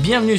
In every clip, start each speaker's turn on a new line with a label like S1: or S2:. S1: Bienvenue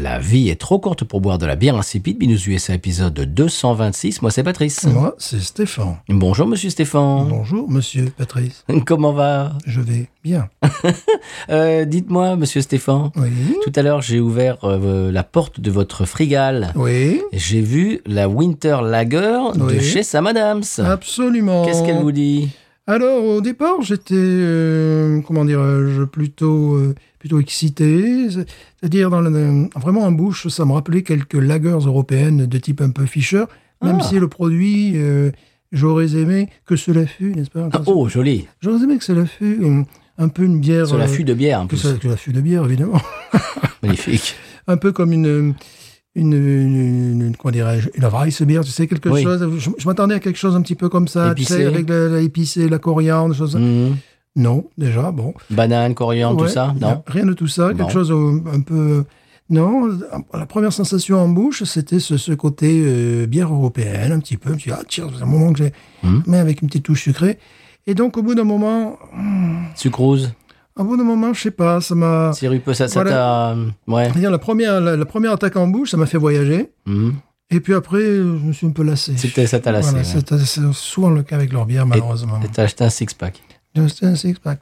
S1: La vie est trop courte pour boire de la bière insipide. Binous USA épisode 226. Moi, c'est Patrice.
S2: Moi, c'est Stéphane.
S1: Bonjour, monsieur Stéphane.
S2: Bonjour, monsieur Patrice.
S1: Comment va
S2: Je vais bien.
S1: Euh, Dites-moi, monsieur Stéphane.
S2: Oui.
S1: Tout à l'heure, j'ai ouvert euh, la porte de votre frigale.
S2: Oui.
S1: J'ai vu la Winter Lager de
S2: Oui.
S1: chez Sam Adams.
S2: Absolument.
S1: Qu'est-ce qu'elle vous dit
S2: Alors, au départ, j'étais, euh, comment dirais-je, plutôt, euh, plutôt excité. C'est- C'est-à-dire, dans la- vraiment en bouche, ça me rappelait quelques lagers européennes de type un peu Fischer, même
S1: Ah.
S2: si le produit, euh, j'aurais aimé que cela fût, n'est-ce pas
S1: Ah, Oh, joli.
S2: J'aurais aimé que cela fût euh, un peu une bière.
S1: Sur
S2: euh,
S1: la fût de bière, en
S2: que
S1: plus.
S2: ça- que la fût de bière, évidemment.
S1: Magnifique.
S2: un peu comme une une, une, une- comment dirais-je une rice beer tu sais quelque
S1: Oui.
S2: chose je, je m'attendais à quelque chose un petit peu comme ça tu sais,
S1: Épicé.
S2: avec la, la épicée la coriandre choses
S1: Mhm.
S2: non déjà bon
S1: Banane, coriandre,
S2: euh, Ouais,
S1: tout ça
S2: y a
S1: Non
S2: rien de tout ça
S1: Non.
S2: quelque chose au- un peu non la première sensation en bouche c'était ce, ce côté euh, bière européenne un petit peu tu ah tiens c'est un moment que j'ai
S1: Mhm.
S2: mais avec une petite touche sucrée et donc au bout d'un moment
S1: Sucrose,
S2: au bout d'un moment je sais pas ça m'a
S1: sirupeux, ça, ça
S2: Voilà.
S1: t'a... euh, Ouais.
S2: c'est-à-dire la première la- la première attaque en bouche ça m'a fait voyager
S1: Mhm.
S2: Et puis après, euh, je me suis un peu lassé.
S1: C'était- ça t'a lassé,
S2: Voilà,
S1: ouais.
S2: c'était- C'est souvent le cas avec leur bière, malheureusement.
S1: Et T'as acheté un six-pack.
S2: Just a six-pack.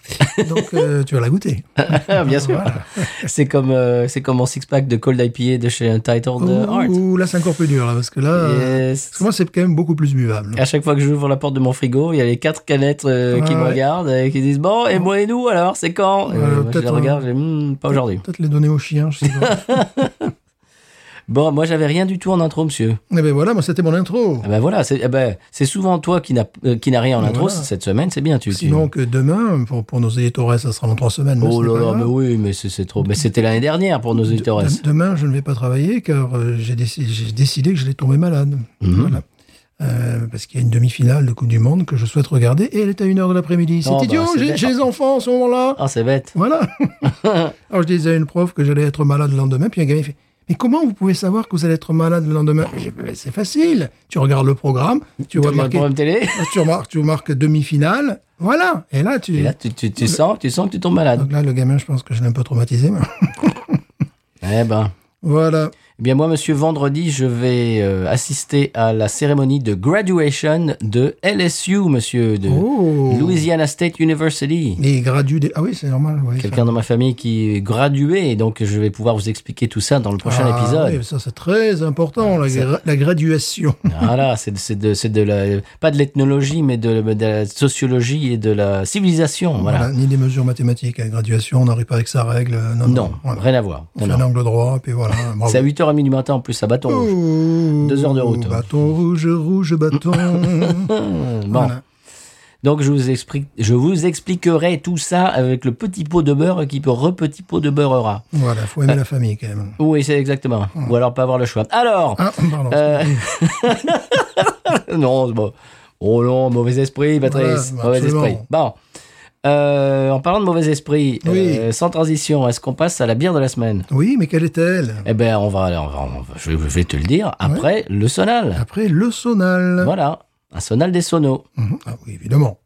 S2: Donc, euh, tu vas la goûter.
S1: Ah, Bien sûr.
S2: Voilà.
S1: C'est comme, euh, c'est comme un six-pack de cold IPA de chez Untitled euh, Heart.
S2: Ouh, ouh, là, c'est encore plus dur, là, parce que là, euh,
S1: Yes.
S2: parce que moi, c'est quand même beaucoup plus buvable.
S1: À chaque fois que j'ouvre la porte de mon frigo, il y a les quatre canettes euh, qui
S2: Ah
S1: me
S2: ouais.
S1: regardent et qui disent Bon, et moi et nous alors, c'est quand Et
S2: Voilà,
S1: moi, Je les
S2: peut-être, hein.
S1: regarde, je dis, Hmm, Pas aujourd'hui.
S2: Peut-être les donner aux chiens, je sais pas.
S1: Bon, moi j'avais rien du tout en intro, monsieur.
S2: Eh ben voilà, moi, c'était mon intro.
S1: Ah ben voilà, c'est eh ben, c'est souvent toi qui n'as euh, qui n'a rien en
S2: Ben
S1: intro
S2: voilà.
S1: c- cette semaine, c'est bien. Tu, tu-
S2: Sinon que demain, pour, pour nos électoraux, ça sera dans trois semaines. mais
S1: Oh
S2: ce
S1: là
S2: n'est pas
S1: là, mais
S2: grave.
S1: oui, mais c'est c'est trop. Mais c'était l'année dernière pour nos auditeurs.
S2: De- demain, je ne vais pas travailler car euh, j'ai déci- j'ai décidé que j'allais tomber malade.
S1: Mhm.
S2: Voilà. Euh, parce qu'il y a une demi-finale de Coupe du Monde que je souhaite regarder et elle est à 1h de l'après-midi. C'est
S1: Oh, bah,
S2: idiot,
S1: c'est
S2: j'ai
S1: bien.
S2: j'ai les enfants à ce moment-là.
S1: Ah, c'est bête.
S2: Voilà. Alors je disais à une prof que j'allais être malade le lendemain, puis un gamin fait Mais comment vous pouvez savoir que vous allez être malade le lendemain J'ai dit, Mais C'est facile. Tu regardes le programme, tu vois
S1: T'as le
S2: marquer.
S1: programme télé.
S2: Tu remarques, tu marques demi-finale, voilà. Et là, tu.
S1: Et là, tu, tu, tu sens, tu sens que tu tombes malade.
S2: Donc là, le gamin, je pense que je l'ai un peu traumatisé. mais-
S1: Eh ben.
S2: voilà.
S1: Eh bien, moi, monsieur, vendredi, je vais euh, assister à la cérémonie de graduation de LSU, monsieur, de
S2: Oh.
S1: Louisiana State University.
S2: Et il gradue des. Ah oui, c'est normal. ouais, ça-
S1: Quelqu'un dans ma famille qui est gradué, donc je vais pouvoir vous expliquer tout ça dans le prochain
S2: Ah
S1: épisode.
S2: oui, ça, c'est très important, la,
S1: c'est-
S2: gra- la graduation.
S1: Voilà, Ah c'est de, c'est de, c'est de la, pas de l'ethnologie, mais de, de la sociologie et de la civilisation. Voilà.
S2: Voilà, Ni des mesures mathématiques à la graduation, on n'arrive pas avec sa règle. euh, Non, non.
S1: Non,
S2: Voilà.
S1: rien à voir.
S2: On
S1: Non,
S2: fait
S1: non.
S2: un angle droit, puis voilà. bravo.
S1: C'est à 8h30 du matin en plus à bâton rouge.
S2: Ouh,
S1: Deux heures de route. hein.
S2: Bâton rouge, rouge, bâton.
S1: Bon,
S2: Voilà.
S1: donc je vous, explique, je vous expliquerai tout ça avec le petit pot de beurre qui peut repetit pot de beurrera.
S2: Voilà, faut aimer
S1: Euh.
S2: la famille quand même.
S1: Oui, c'est exactement. Ou alors pas avoir le choix. Alors,
S2: Ah, pardon.
S1: Euh, non, c'est bon. Oh non, mauvais esprit, Patrice.
S2: Voilà, bah,
S1: mauvais
S2: absolument.
S1: esprit. Bon. Euh, en parlant de mauvais esprit,
S2: Oui.
S1: euh, sans transition, est-ce qu'on passe à la bière de la semaine
S2: Oui, mais quelle est-elle
S1: Eh bien, on va, on va- on va- je, je vais te le dire, après le sonal.
S2: Après, le sonal.
S1: Voilà, un sonal des sonos.
S2: Mhm. Ah oui, évidemment.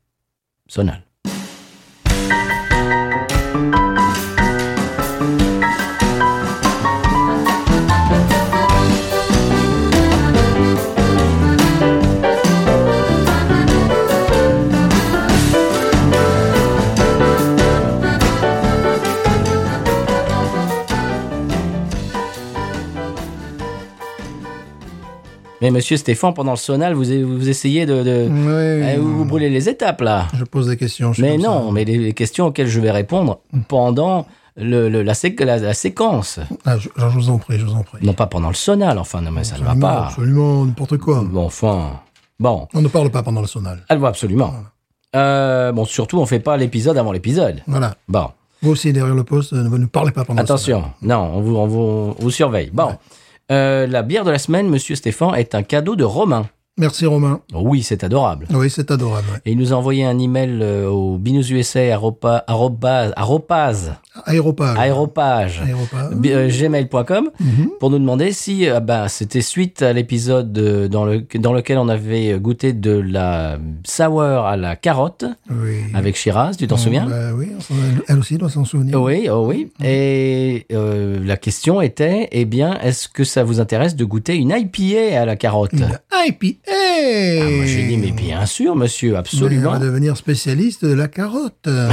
S1: Sonal. Mais monsieur Stéphane, pendant le sonal, vous, vous essayez de... de-
S2: Oui.
S1: Eh, vous, vous brûlez les étapes là.
S2: Je pose des questions. je suis
S1: euh, Mais
S2: comme Mm.
S1: non, mais les, les questions auxquelles je vais répondre pendant le, le- la, sé- la- la séquence.
S2: ça. Ah, je, je vous en prie, je vous en prie.
S1: Non pas pendant le sonal, enfin, non, mais ça ne va
S2: Absolument,
S1: pas.
S2: Absolument, n'importe quoi.
S1: Bon, enfin, bon,
S2: On ne parle pas pendant le sonal.
S1: elle voit absolument. Euh, bon, surtout, on fait pas l'épisode avant l'épisode.
S2: Voilà.
S1: Bon,
S2: Vous aussi, derrière le poste, ne, ne parlez pas pendant le sonal.
S1: attention, non, on vous, on vous, on vous surveille. Bon, Euh, la bière de la semaine, monsieur Stéphane, est un cadeau de Romain.
S2: Merci Romain.
S1: Oui, c'est adorable.
S2: Oui, c'est adorable. ouais.
S1: Et il nous a envoyé un email euh, au binoususa.aéropage
S2: Aéropage.
S1: aéropage
S2: Aéropage.
S1: bi- euh, gmail.com
S2: Mhm.
S1: pour nous demander si euh, bah, c'était suite à l'épisode euh, dans, le- dans lequel on avait goûté de la sour à la carotte
S2: Oui.
S1: avec Shiraz, tu t'en
S2: On-
S1: souviens
S2: bah Oui, on s'en- elle- elle aussi doit s'en souvenir.
S1: Oui, oh oui.
S2: Mhm.
S1: Et euh, la question était, eh bien, est-ce que ça vous intéresse de goûter une IPA à la carotte
S2: Une IPA
S1: Ah, moi, j'ai dit, mais bien sûr, monsieur,
S2: On
S1: absolument.
S2: va devenir spécialiste de la carotte. Ah,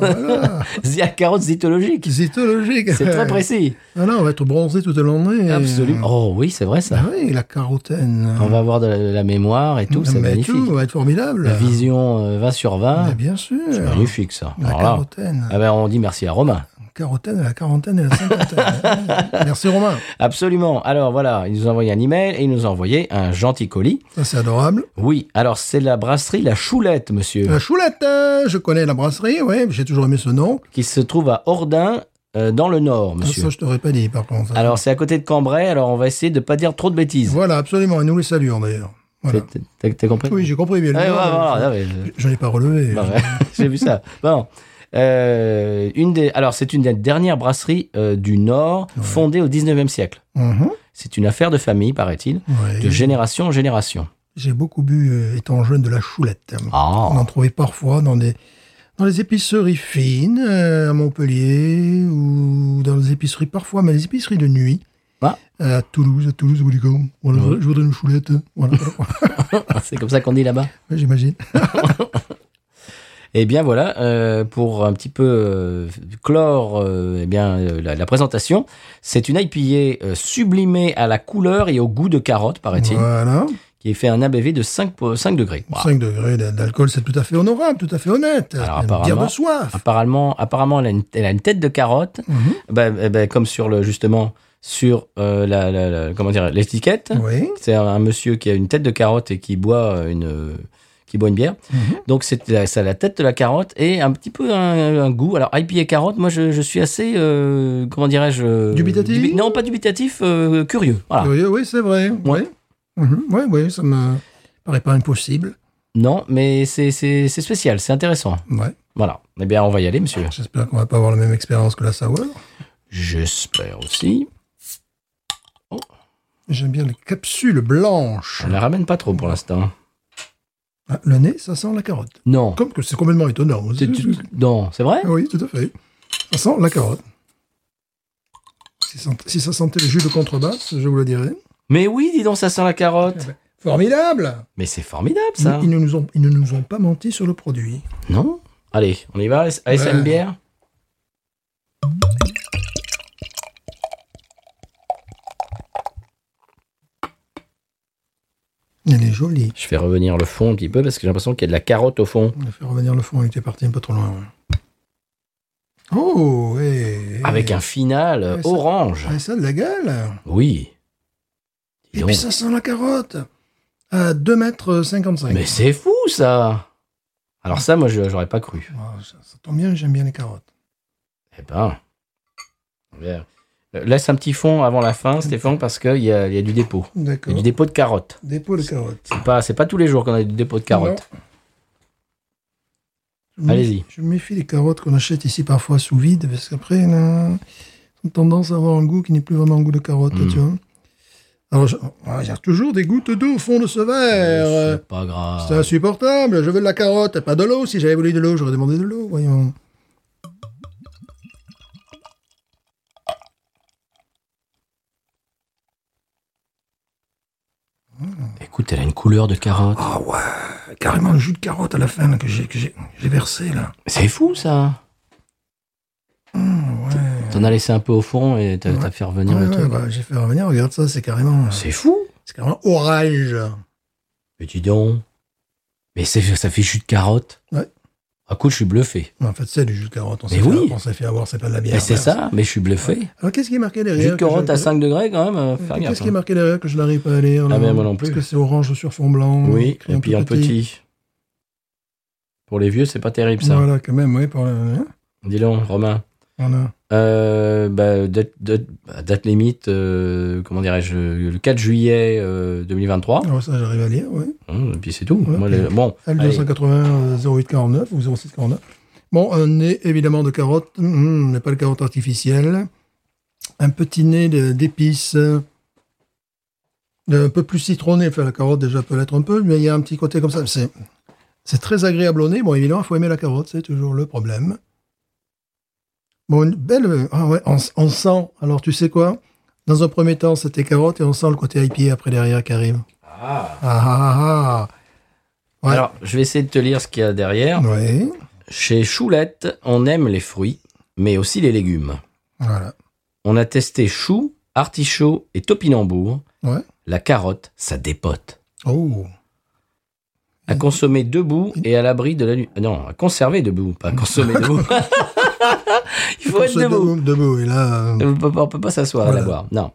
S2: voilà.
S1: C'est la carotte zytologique.
S2: Zytologique.
S1: C'est très précis.
S2: Voilà, Ah on va être bronzé toute l'année. Euh.
S1: Absolument. Oh oui, c'est vrai ça.
S2: Ah oui, la carotène.
S1: On va avoir de la, de la mémoire et tout,
S2: Ah,
S1: c'est
S2: mais
S1: magnifique.
S2: Tout oh va être formidable.
S1: La vision euh, 20 sur 20,
S2: Mais bien sûr.
S1: c'est magnifique ça.
S2: Ah. La
S1: Alors là,
S2: carotène.
S1: ah ben, on dit merci à Romain.
S2: Carotène, la quarantaine et la cinquantaine. hein. Merci Romain.
S1: Absolument. Alors voilà, il nous a envoyé un email et il nous a envoyé un gentil colis.
S2: Ça, c'est adorable.
S1: Oui, alors c'est la brasserie La Choulette, monsieur.
S2: La choulette, euh, je connais la brasserie, ouais, j'ai toujours aimé ce nom.
S1: qui se trouve à Ordin, euh, dans le Nord,
S2: Ah, Ça,
S1: monsieur.
S2: je t'aurais pas dit, par contre.
S1: Alors, c'est à côté de Cambrai, alors on va essayer de pas dire trop de bêtises.
S2: Voilà, absolument. Et nous les saluons, d'ailleurs. Voilà.
S1: T'as- T'as t'as compris
S2: Oui, j'ai compris, bien
S1: Ouais, ouais,
S2: évidemment.
S1: voilà, ouais, euh,
S2: Je n'ai pas relevé.
S1: bah ouais, J'ai vu ça. Bon. Euh, une des, alors, c'est une des dernières brasseries euh, du Nord fondée au 19e siècle.
S2: Mhm.
S1: C'est une affaire de famille, paraît-il,
S2: Ouais.
S1: de génération en génération.
S2: J'ai beaucoup bu, euh, étant jeune, de la choulette.
S1: Ah,
S2: On en trouvait parfois dans des dans les épiceries fines euh, à Montpellier ou dans les épiceries parfois, mais les épiceries de nuit.
S1: Ah.
S2: À Toulouse, à Toulouse, où Voilà,
S1: Ouais.
S2: Je voudrais une choulette. Voilà,
S1: c'est comme ça qu'on dit là-bas.
S2: Ouais, j'imagine.
S1: Eh bien voilà, euh, pour un petit peu euh, clore euh, eh bien, euh, la, la présentation, c'est une IPA euh, sublimée à la couleur et au goût de carotte, paraît-il,
S2: Voilà.
S1: qui fait un ABV de 5, po- 5 degrés. Wow.
S2: 5 degrés d'a- d'alcool, c'est tout à fait honorable, tout à fait honnête.
S1: Alors,
S2: Une bière
S1: apparemment-
S2: de soif.
S1: Apparemment, apparemment elle, a une, elle a une tête de carotte,
S2: Mhm.
S1: bah, eh ben, comme sur le justement sur euh, la, la- la- comment dire l'étiquette.
S2: Oui.
S1: C'est un, un monsieur qui a une tête de carotte et qui boit euh, une euh, qui boit une bière.
S2: Mhm.
S1: Donc c'est la- ça a la tête de la carotte et un petit peu un, un goût. Alors IPA carotte, moi je, je suis assez euh, comment dirais-je euh,
S2: Dubitatif
S1: dubi- Non, pas dubitatif, euh, curieux. Voilà.
S2: Curieux, oui, c'est vrai. Oui. Mhm. Oui, oui, ça me paraît pas impossible.
S1: Non, mais c'est c'est- c'est spécial, c'est intéressant.
S2: Ouais.
S1: Voilà. Eh bien, on va y aller, monsieur.
S2: J'espère qu'on va pas avoir la même expérience que la sour.
S1: J'espère aussi.
S2: J'aime bien les capsules blanches.
S1: On la ramène pas trop pour l'instant.
S2: Ah, le nez, ça sent la carotte.
S1: Non.
S2: Comme que c'est complètement étonnant.
S1: Tu- tu- tu- non, c'est vrai
S2: Ah Oui, tout à fait. Ça sent la carotte. Si, ça- si ça sentait le jus de contrebasse, je vous le dirais.
S1: Mais oui, dis donc, ça sent la carotte.
S2: Formidable
S1: Mais c'est formidable, ça.
S2: ils, ne nous ont, ils ne nous ont pas menti sur le produit.
S1: Non Allez, on y va, AS- ASM
S2: Ouais.
S1: bière
S2: Elle est jolie.
S1: Je fais revenir le fond un petit peu parce que j'ai l'impression qu'il y a de la carotte au fond.
S2: On a fait revenir le fond, il était parti un peu trop loin. ouais. Oh, ouais.
S1: Avec un final euh,
S2: Ouais, ça-
S1: orange.
S2: Ah, ça a de la gueule
S1: Oui. Dis
S2: Et
S1: donc.
S2: puis ça sent la carotte À 2,55 m.
S1: Mais c'est fou ça Alors ça, moi, je- j'aurais pas cru.
S2: Ah, ça, ça tombe bien, j'aime bien les carottes.
S1: Eh ben. Euh, Laisse un petit fond avant la fin, Stéphane, parce qu'il y, a- il y a du dépôt. Il y
S2: D'accord.
S1: a du dépôt de carottes.
S2: Dépôt de carottes.
S1: C'est pas, c'est pas tous les jours qu'on a du dépôt de carottes.
S2: Je me-
S1: Allez-y.
S2: Je me méfie des carottes qu'on achète ici parfois sous vide, parce qu'après, elles ont tendance à avoir un goût qui n'est plus vraiment un goût de carotte,
S1: Mm.
S2: tu vois. Alors, je- ah, il y a toujours des gouttes d'eau au fond de ce verre.
S1: Euh, C'est pas
S2: euh, C'est
S1: grave.
S2: insupportable, je veux de la carotte, pas de l'eau. Si j'avais voulu de l'eau, j'aurais demandé de l'eau, voyons.
S1: Écoute, elle a une couleur de carotte.
S2: Ah ouais, carrément le jus de carotte à la fin là, que j'ai que j'ai- que j'ai versé, là.
S1: C'est fou ça T'en as laissé un peu au fond et t'as t'as fait
S2: Hmm, Ouais,
S1: revenir le
S2: ouais,
S1: truc.
S2: bah, j'ai fait revenir, regarde ça, c'est carrément,
S1: C'est fou
S2: c'est carrément orange.
S1: Mais dis donc. Mais c'est, ça fait jus de carotte.
S2: Ouais.
S1: À coup, je suis bluffé.
S2: En fait, c'est du jus de carotte, on
S1: Mais
S2: s'est fait,
S1: oui.
S2: on s'est fait avoir, c'est pas de la bière.
S1: Mais c'est
S2: merde.
S1: ça, mais je suis bluffé.
S2: Alors qu'est-ce qui est marqué derrière
S1: Jus de
S2: que
S1: carotte
S2: je-
S1: à 5 degrés, quand même, euh, faire
S2: Qu'est-ce
S1: gaffe.
S2: qui est
S1: hein.
S2: marqué derrière que je n'arrive pas à lire là
S1: Ah, mais moi non plus.
S2: Parce que c'est orange sur fond blanc.
S1: Oui,
S2: écrit
S1: et puis en
S2: tout
S1: petit. Pour les vieux, c'est pas terrible ça.
S2: Voilà, quand même, oui. Pour le- hein,
S1: Dis donc, Romain.
S2: on a-
S1: Euh, euh, bah, date, date- bah, date limite, euh, comment dirais-je, le 4 juillet euh, 2023.
S2: Alors Ah, ça, j'arrive à lire, oui.
S1: Hum, et puis c'est tout.
S2: Ouais.
S1: Moi, le- bon,
S2: l
S1: allez.
S2: 280 0849 ou 0649. Bon, un nez évidemment de carotte, Hum, mais pas de carotte artificielle. Un petit nez de- d'épices. De- Un peu plus citronné, enfin la carotte déjà peut l'être un peu, mais il y a un petit côté comme ça. C'est, c'est très agréable au nez. Bon, évidemment, il faut aimer la carotte, c'est toujours le problème. Bon, une belle. Ah ouais, on, on sent. Alors tu sais quoi Dans un premier temps, c'était carotte et on sent le côté IPA après derrière qui arrive. Ah ah ah Ouais.
S1: Alors, je vais essayer de te lire ce qu'il y a derrière.
S2: Oui,
S1: Chez Choulette, on aime les fruits, mais aussi les légumes.
S2: voilà.
S1: On a testé chou, artichaut et topinambour.
S2: Ouais.
S1: La carotte, ça dépote.
S2: Oh,
S1: À consommer debout et à l'abri de la nuit. Ah Non, à conserver debout, pas à consommer debout. Il faut
S2: Comme
S1: être
S2: ça,
S1: debout.
S2: Debout, et là, euh,
S1: On peut pas- on peut pas s'asseoir à la
S2: Voilà.
S1: boire. Non.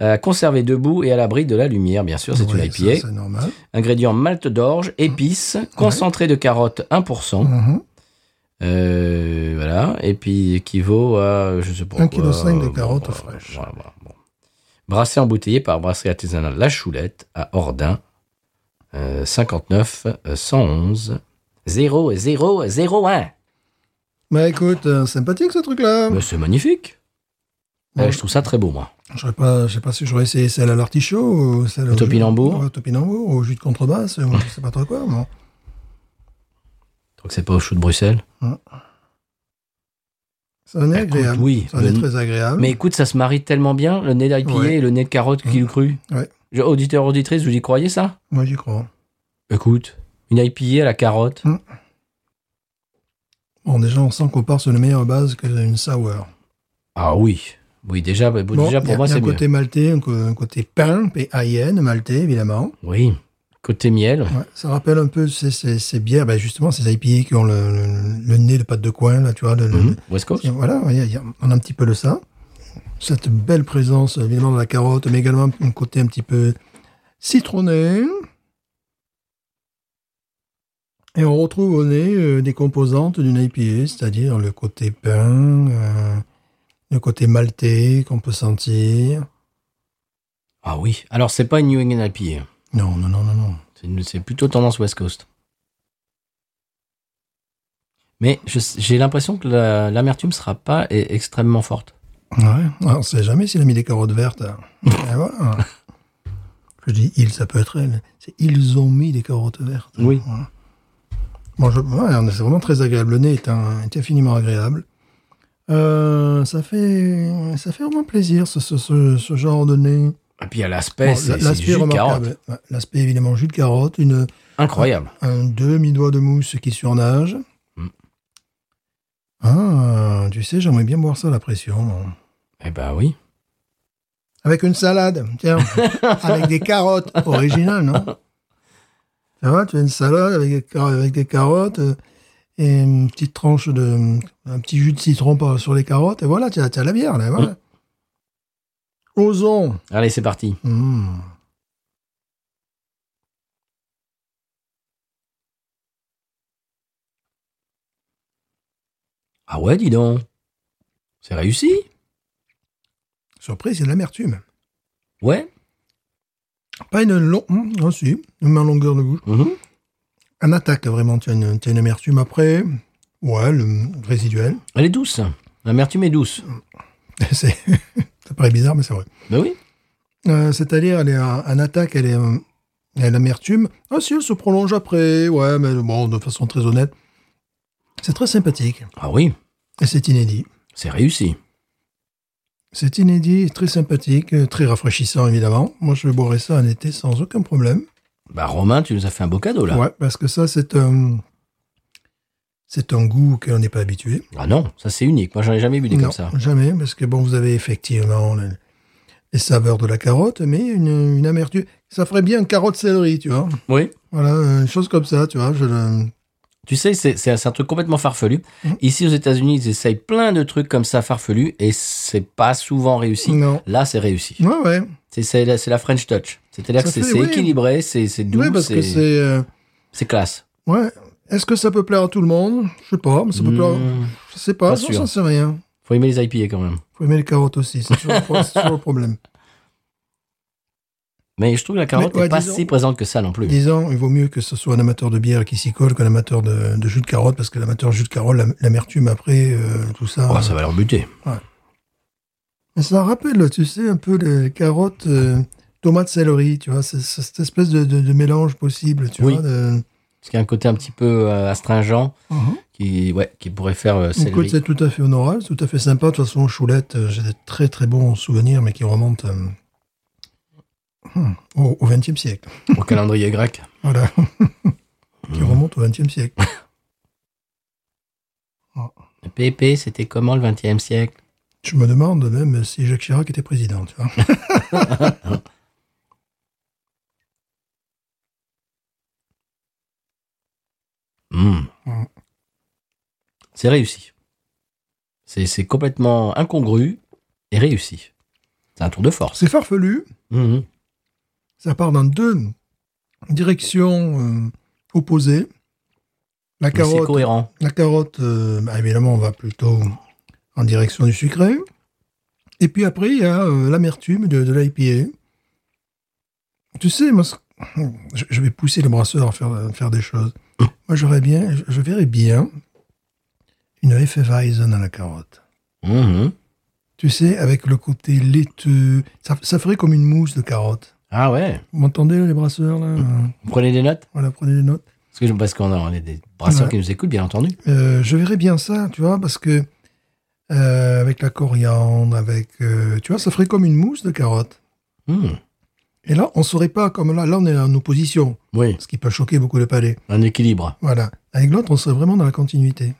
S1: Euh, conserver debout et à l'abri de la lumière, bien sûr, c'est
S2: oui,
S1: une IPA.
S2: ça, C'est normal.
S1: Ingrédients malte d'orge, épices, concentré de carotte 1%.
S2: Mhm.
S1: Euh, voilà. Et puis équivaut à, je sais pas. quoi,
S2: Un kilo cinq de
S1: euh,
S2: carottes
S1: voilà,
S2: fraîches.
S1: voilà, voilà, bon. Brassé embouteillé par brasserie artisanale La Choulette à Ordin. euh, 59 euh, 111 0 0 0 1.
S2: Bah écoute, euh, sympathique ce truc-là.
S1: Mais c'est magnifique.
S2: Hum. Bon.
S1: Euh, je trouve ça très beau, moi.
S2: Je sais pas, je sais pas si j'aurais essayé celle à l'artichaut ou celle au
S1: topinambour.
S2: jus- ouais, topinambour, au jus de contrebasse, ou je sais pas trop quoi. Bon.
S1: Donc c'est pas au chou de Bruxelles.
S2: Ça en est
S1: Bah, Écoute,
S2: agréable.
S1: oui,
S2: Ça en est
S1: le-
S2: très agréable.
S1: Mais écoute, ça se marie tellement bien, le nez d'IPA
S2: Hum. Ouais. Hum.
S1: et le nez de carotte qu'il crut.
S2: Ouais.
S1: Je- Auditeur, auditrice, vous y croyez ça
S2: Moi j'y crois.
S1: Écoute, une IPA à la carotte.
S2: Bon, déjà on sent qu'on part sur une meilleure base qu'une sour.
S1: Ah oui. Oui, déjà, bah,
S2: Bon,
S1: déjà pour
S2: y a-
S1: moi,
S2: y a
S1: c'est
S2: un
S1: mieux.
S2: côté maltais, un, co- un côté pain, P-A-I-N, maltais évidemment.
S1: Oui, côté miel.
S2: Ouais, ça rappelle un peu ces, ces- ces bières, ben justement, ces IPA qui ont le, le- le nez, le pâte de coin, là, tu vois. le- le-
S1: Mhm. West Coast.
S2: Et Voilà, il y a- il y a- on a un petit peu de ça. Cette belle présence, évidemment, de la carotte, mais également un côté un petit peu citronné. Et on retrouve au nez euh, des composantes d'une IPA, c'est-à-dire le côté pain, euh, le côté maltais qu'on peut sentir.
S1: Ah oui. Alors, c'est pas une New England IPA.
S2: Non, non, non, non, non.
S1: C'est une- C'est plutôt tendance West Coast. Mais je- j'ai l'impression que la- l'amertume sera pas e- extrêmement forte.
S2: Ouais, on ne sait jamais s'il a mis des carottes vertes. Et voilà. Je dis ils, ça peut être elle. C'est ils ont mis des carottes vertes.
S1: Oui.
S2: Voilà. Bon, je- ouais, c'est vraiment très agréable. Le nez est, un- est infiniment agréable. Euh, ça fait ça fait vraiment plaisir ce, ce- ce- ce genre de nez.
S1: Et puis à l'aspect,
S2: Bon,
S1: c'est c'est du
S2: l'aspect
S1: jus
S2: est
S1: de carotte.
S2: remarquable. Ouais, L'aspect évidemment jus de carotte, une
S1: Incroyable.
S2: un demi-doigt de mousse qui surnage.
S1: Mm.
S2: Ah, tu sais, j'aimerais bien boire ça à la pression. moi.
S1: Eh ben oui.
S2: Avec une salade, tiens. avec des carottes. Original, non Tu vois, tu as une salade avec des, car- avec des carottes euh, et une petite tranche de. un petit jus de citron par- sur les carottes. Et voilà, tu as, tu as la bière, là, voilà. Osons.
S1: Allez, c'est parti.
S2: Mm.
S1: Ah ouais, dis donc. C'est réussi.
S2: Surprise, c'est de l'amertume.
S1: Ouais.
S2: Pas une longue. mm, ah, si, une main longueur de bouche.
S1: Mhm.
S2: Un attaque, vraiment, tu as une, tu as une amertume après. Ouais, le résiduel.
S1: Elle est douce. L'amertume est douce.
S2: C'est- Ça paraît bizarre, mais c'est vrai.
S1: Ben oui.
S2: Euh, c'est-à-dire, elle est en, en attaque, elle est euh, elle a l'amertume. Ah si, elle se prolonge après. Ouais, mais bon, de façon très honnête. C'est très sympathique.
S1: Ah oui.
S2: Et c'est inédit.
S1: C'est réussi.
S2: C'est inédit, très sympathique, euh, très rafraîchissant, évidemment. Moi, je boirais ça en été sans aucun problème.
S1: Bah Romain, tu nous as fait un beau cadeau là.
S2: Ouais, parce que ça, c'est un... C'est un goût auquel on n'est pas habitué.
S1: Ah non, ça c'est unique. Moi j'en ai jamais bu des
S2: non,
S1: comme ça.
S2: Jamais, parce que bon, vous avez effectivement le- les saveurs de la carotte, mais une, une amertume. Ça ferait bien carotte céleri, tu vois.
S1: Oui.
S2: Voilà, euh, une chose comme ça, tu vois. Je le...
S1: Tu sais, c'est c'est un c'est un truc complètement farfelu.
S2: Mhm.
S1: Ici aux États-Unis, ils essayent plein de trucs comme ça farfelus et c'est pas souvent réussi.
S2: Non.
S1: Là, c'est réussi.
S2: Ouais, ouais.
S1: C'est- C'est la, c'est la French touch. C'est-à-dire
S2: Mhm. Ça
S1: que c'est
S2: fait,
S1: c'est
S2: oui.
S1: équilibré, c'est c'est doux,
S2: Oui, parce que
S1: c'est
S2: c'est. euh,
S1: c'est classe.
S2: Ouais. Est-ce que ça peut plaire à tout le monde Je sais pas, mais ça peut plaire.
S1: Mm.
S2: Je sais pas,
S1: Pas
S2: ça,
S1: sûr.
S2: j'en sais rien.
S1: Faut aimer les IPA quand même.
S2: Faut aimer les carottes aussi, c'est toujours, le pro- c'est toujours le problème.
S1: Mais je trouve que la carotte
S2: Mais,
S1: n'est
S2: ouais,
S1: pas
S2: disons-
S1: si présente que ça non plus.
S2: Disons, il vaut mieux que ce soit un amateur de bière qui s'y colle qu'un amateur de, de jus de carotte, parce que l'amateur de jus de carotte, l'am- l'amertume après, euh, tout ça.
S1: Oh, ça va leur buter.
S2: Mais ça rappelle, tu sais, un peu les carottes, euh, tomates, céleri, tu vois, c'est, c'est cette espèce de, de- de mélange possible, tu
S1: Oui.
S2: vois. de-
S1: Parce qu'il y a un côté un petit peu euh, astringent qui, ouais, qui pourrait faire euh,
S2: Écoute,
S1: céleri.
S2: c'est tout à fait honorable, c'est tout à fait sympa. De toute façon, Choulette, euh, j'ai des très très bons souvenirs, mais qui remontent euh, hmm, au, au XXe siècle.
S1: au calendrier grec.
S2: Voilà.
S1: Hmm.
S2: qui remontent au XXe siècle.
S1: Le PP, c'était comment le 20e siècle
S2: Je me demande même si Jacques Chirac était président, tu vois.
S1: Hmm.
S2: Mm.
S1: C'est réussi. C'est c'est complètement incongru et réussi. C'est un tour de force.
S2: C'est farfelu,
S1: Mhm.
S2: ça part dans deux directions euh, opposées.
S1: Mais
S2: La
S1: C'est
S2: carotte,
S1: cohérent.
S2: La carotte, euh, bah, évidemment, on va plutôt en direction du sucré. Et puis après, il y a euh, l'amertume de, de l'IPA. Tu sais, moi, ce- je, je vais pousser le brasseur à faire, à faire des choses. Moi, j'aurais bien, je, je verrais bien une Hefeweizen à la carotte.
S1: Mhm.
S2: Tu sais, avec le côté laiteux, ça, ça ferait comme une mousse de carotte.
S1: Ah ouais
S2: Vous m'entendez, là, les brasseurs, là
S1: Vous prenez des notes
S2: Voilà, prenez des notes.
S1: Parce que- Parce qu'on a, on a des brasseurs
S2: Ouais.
S1: qui nous écoutent, bien entendu.
S2: Euh, je verrais bien ça, tu vois, parce que euh, avec la coriandre, avec euh, tu vois, ça ferait comme une mousse de carotte.
S1: Hmm.
S2: Et là, on saurait pas comme là. Là, on est en opposition,
S1: Oui,
S2: ce qui peut choquer beaucoup le palais.
S1: un équilibre.
S2: Voilà. Avec l'autre, on serait vraiment dans la continuité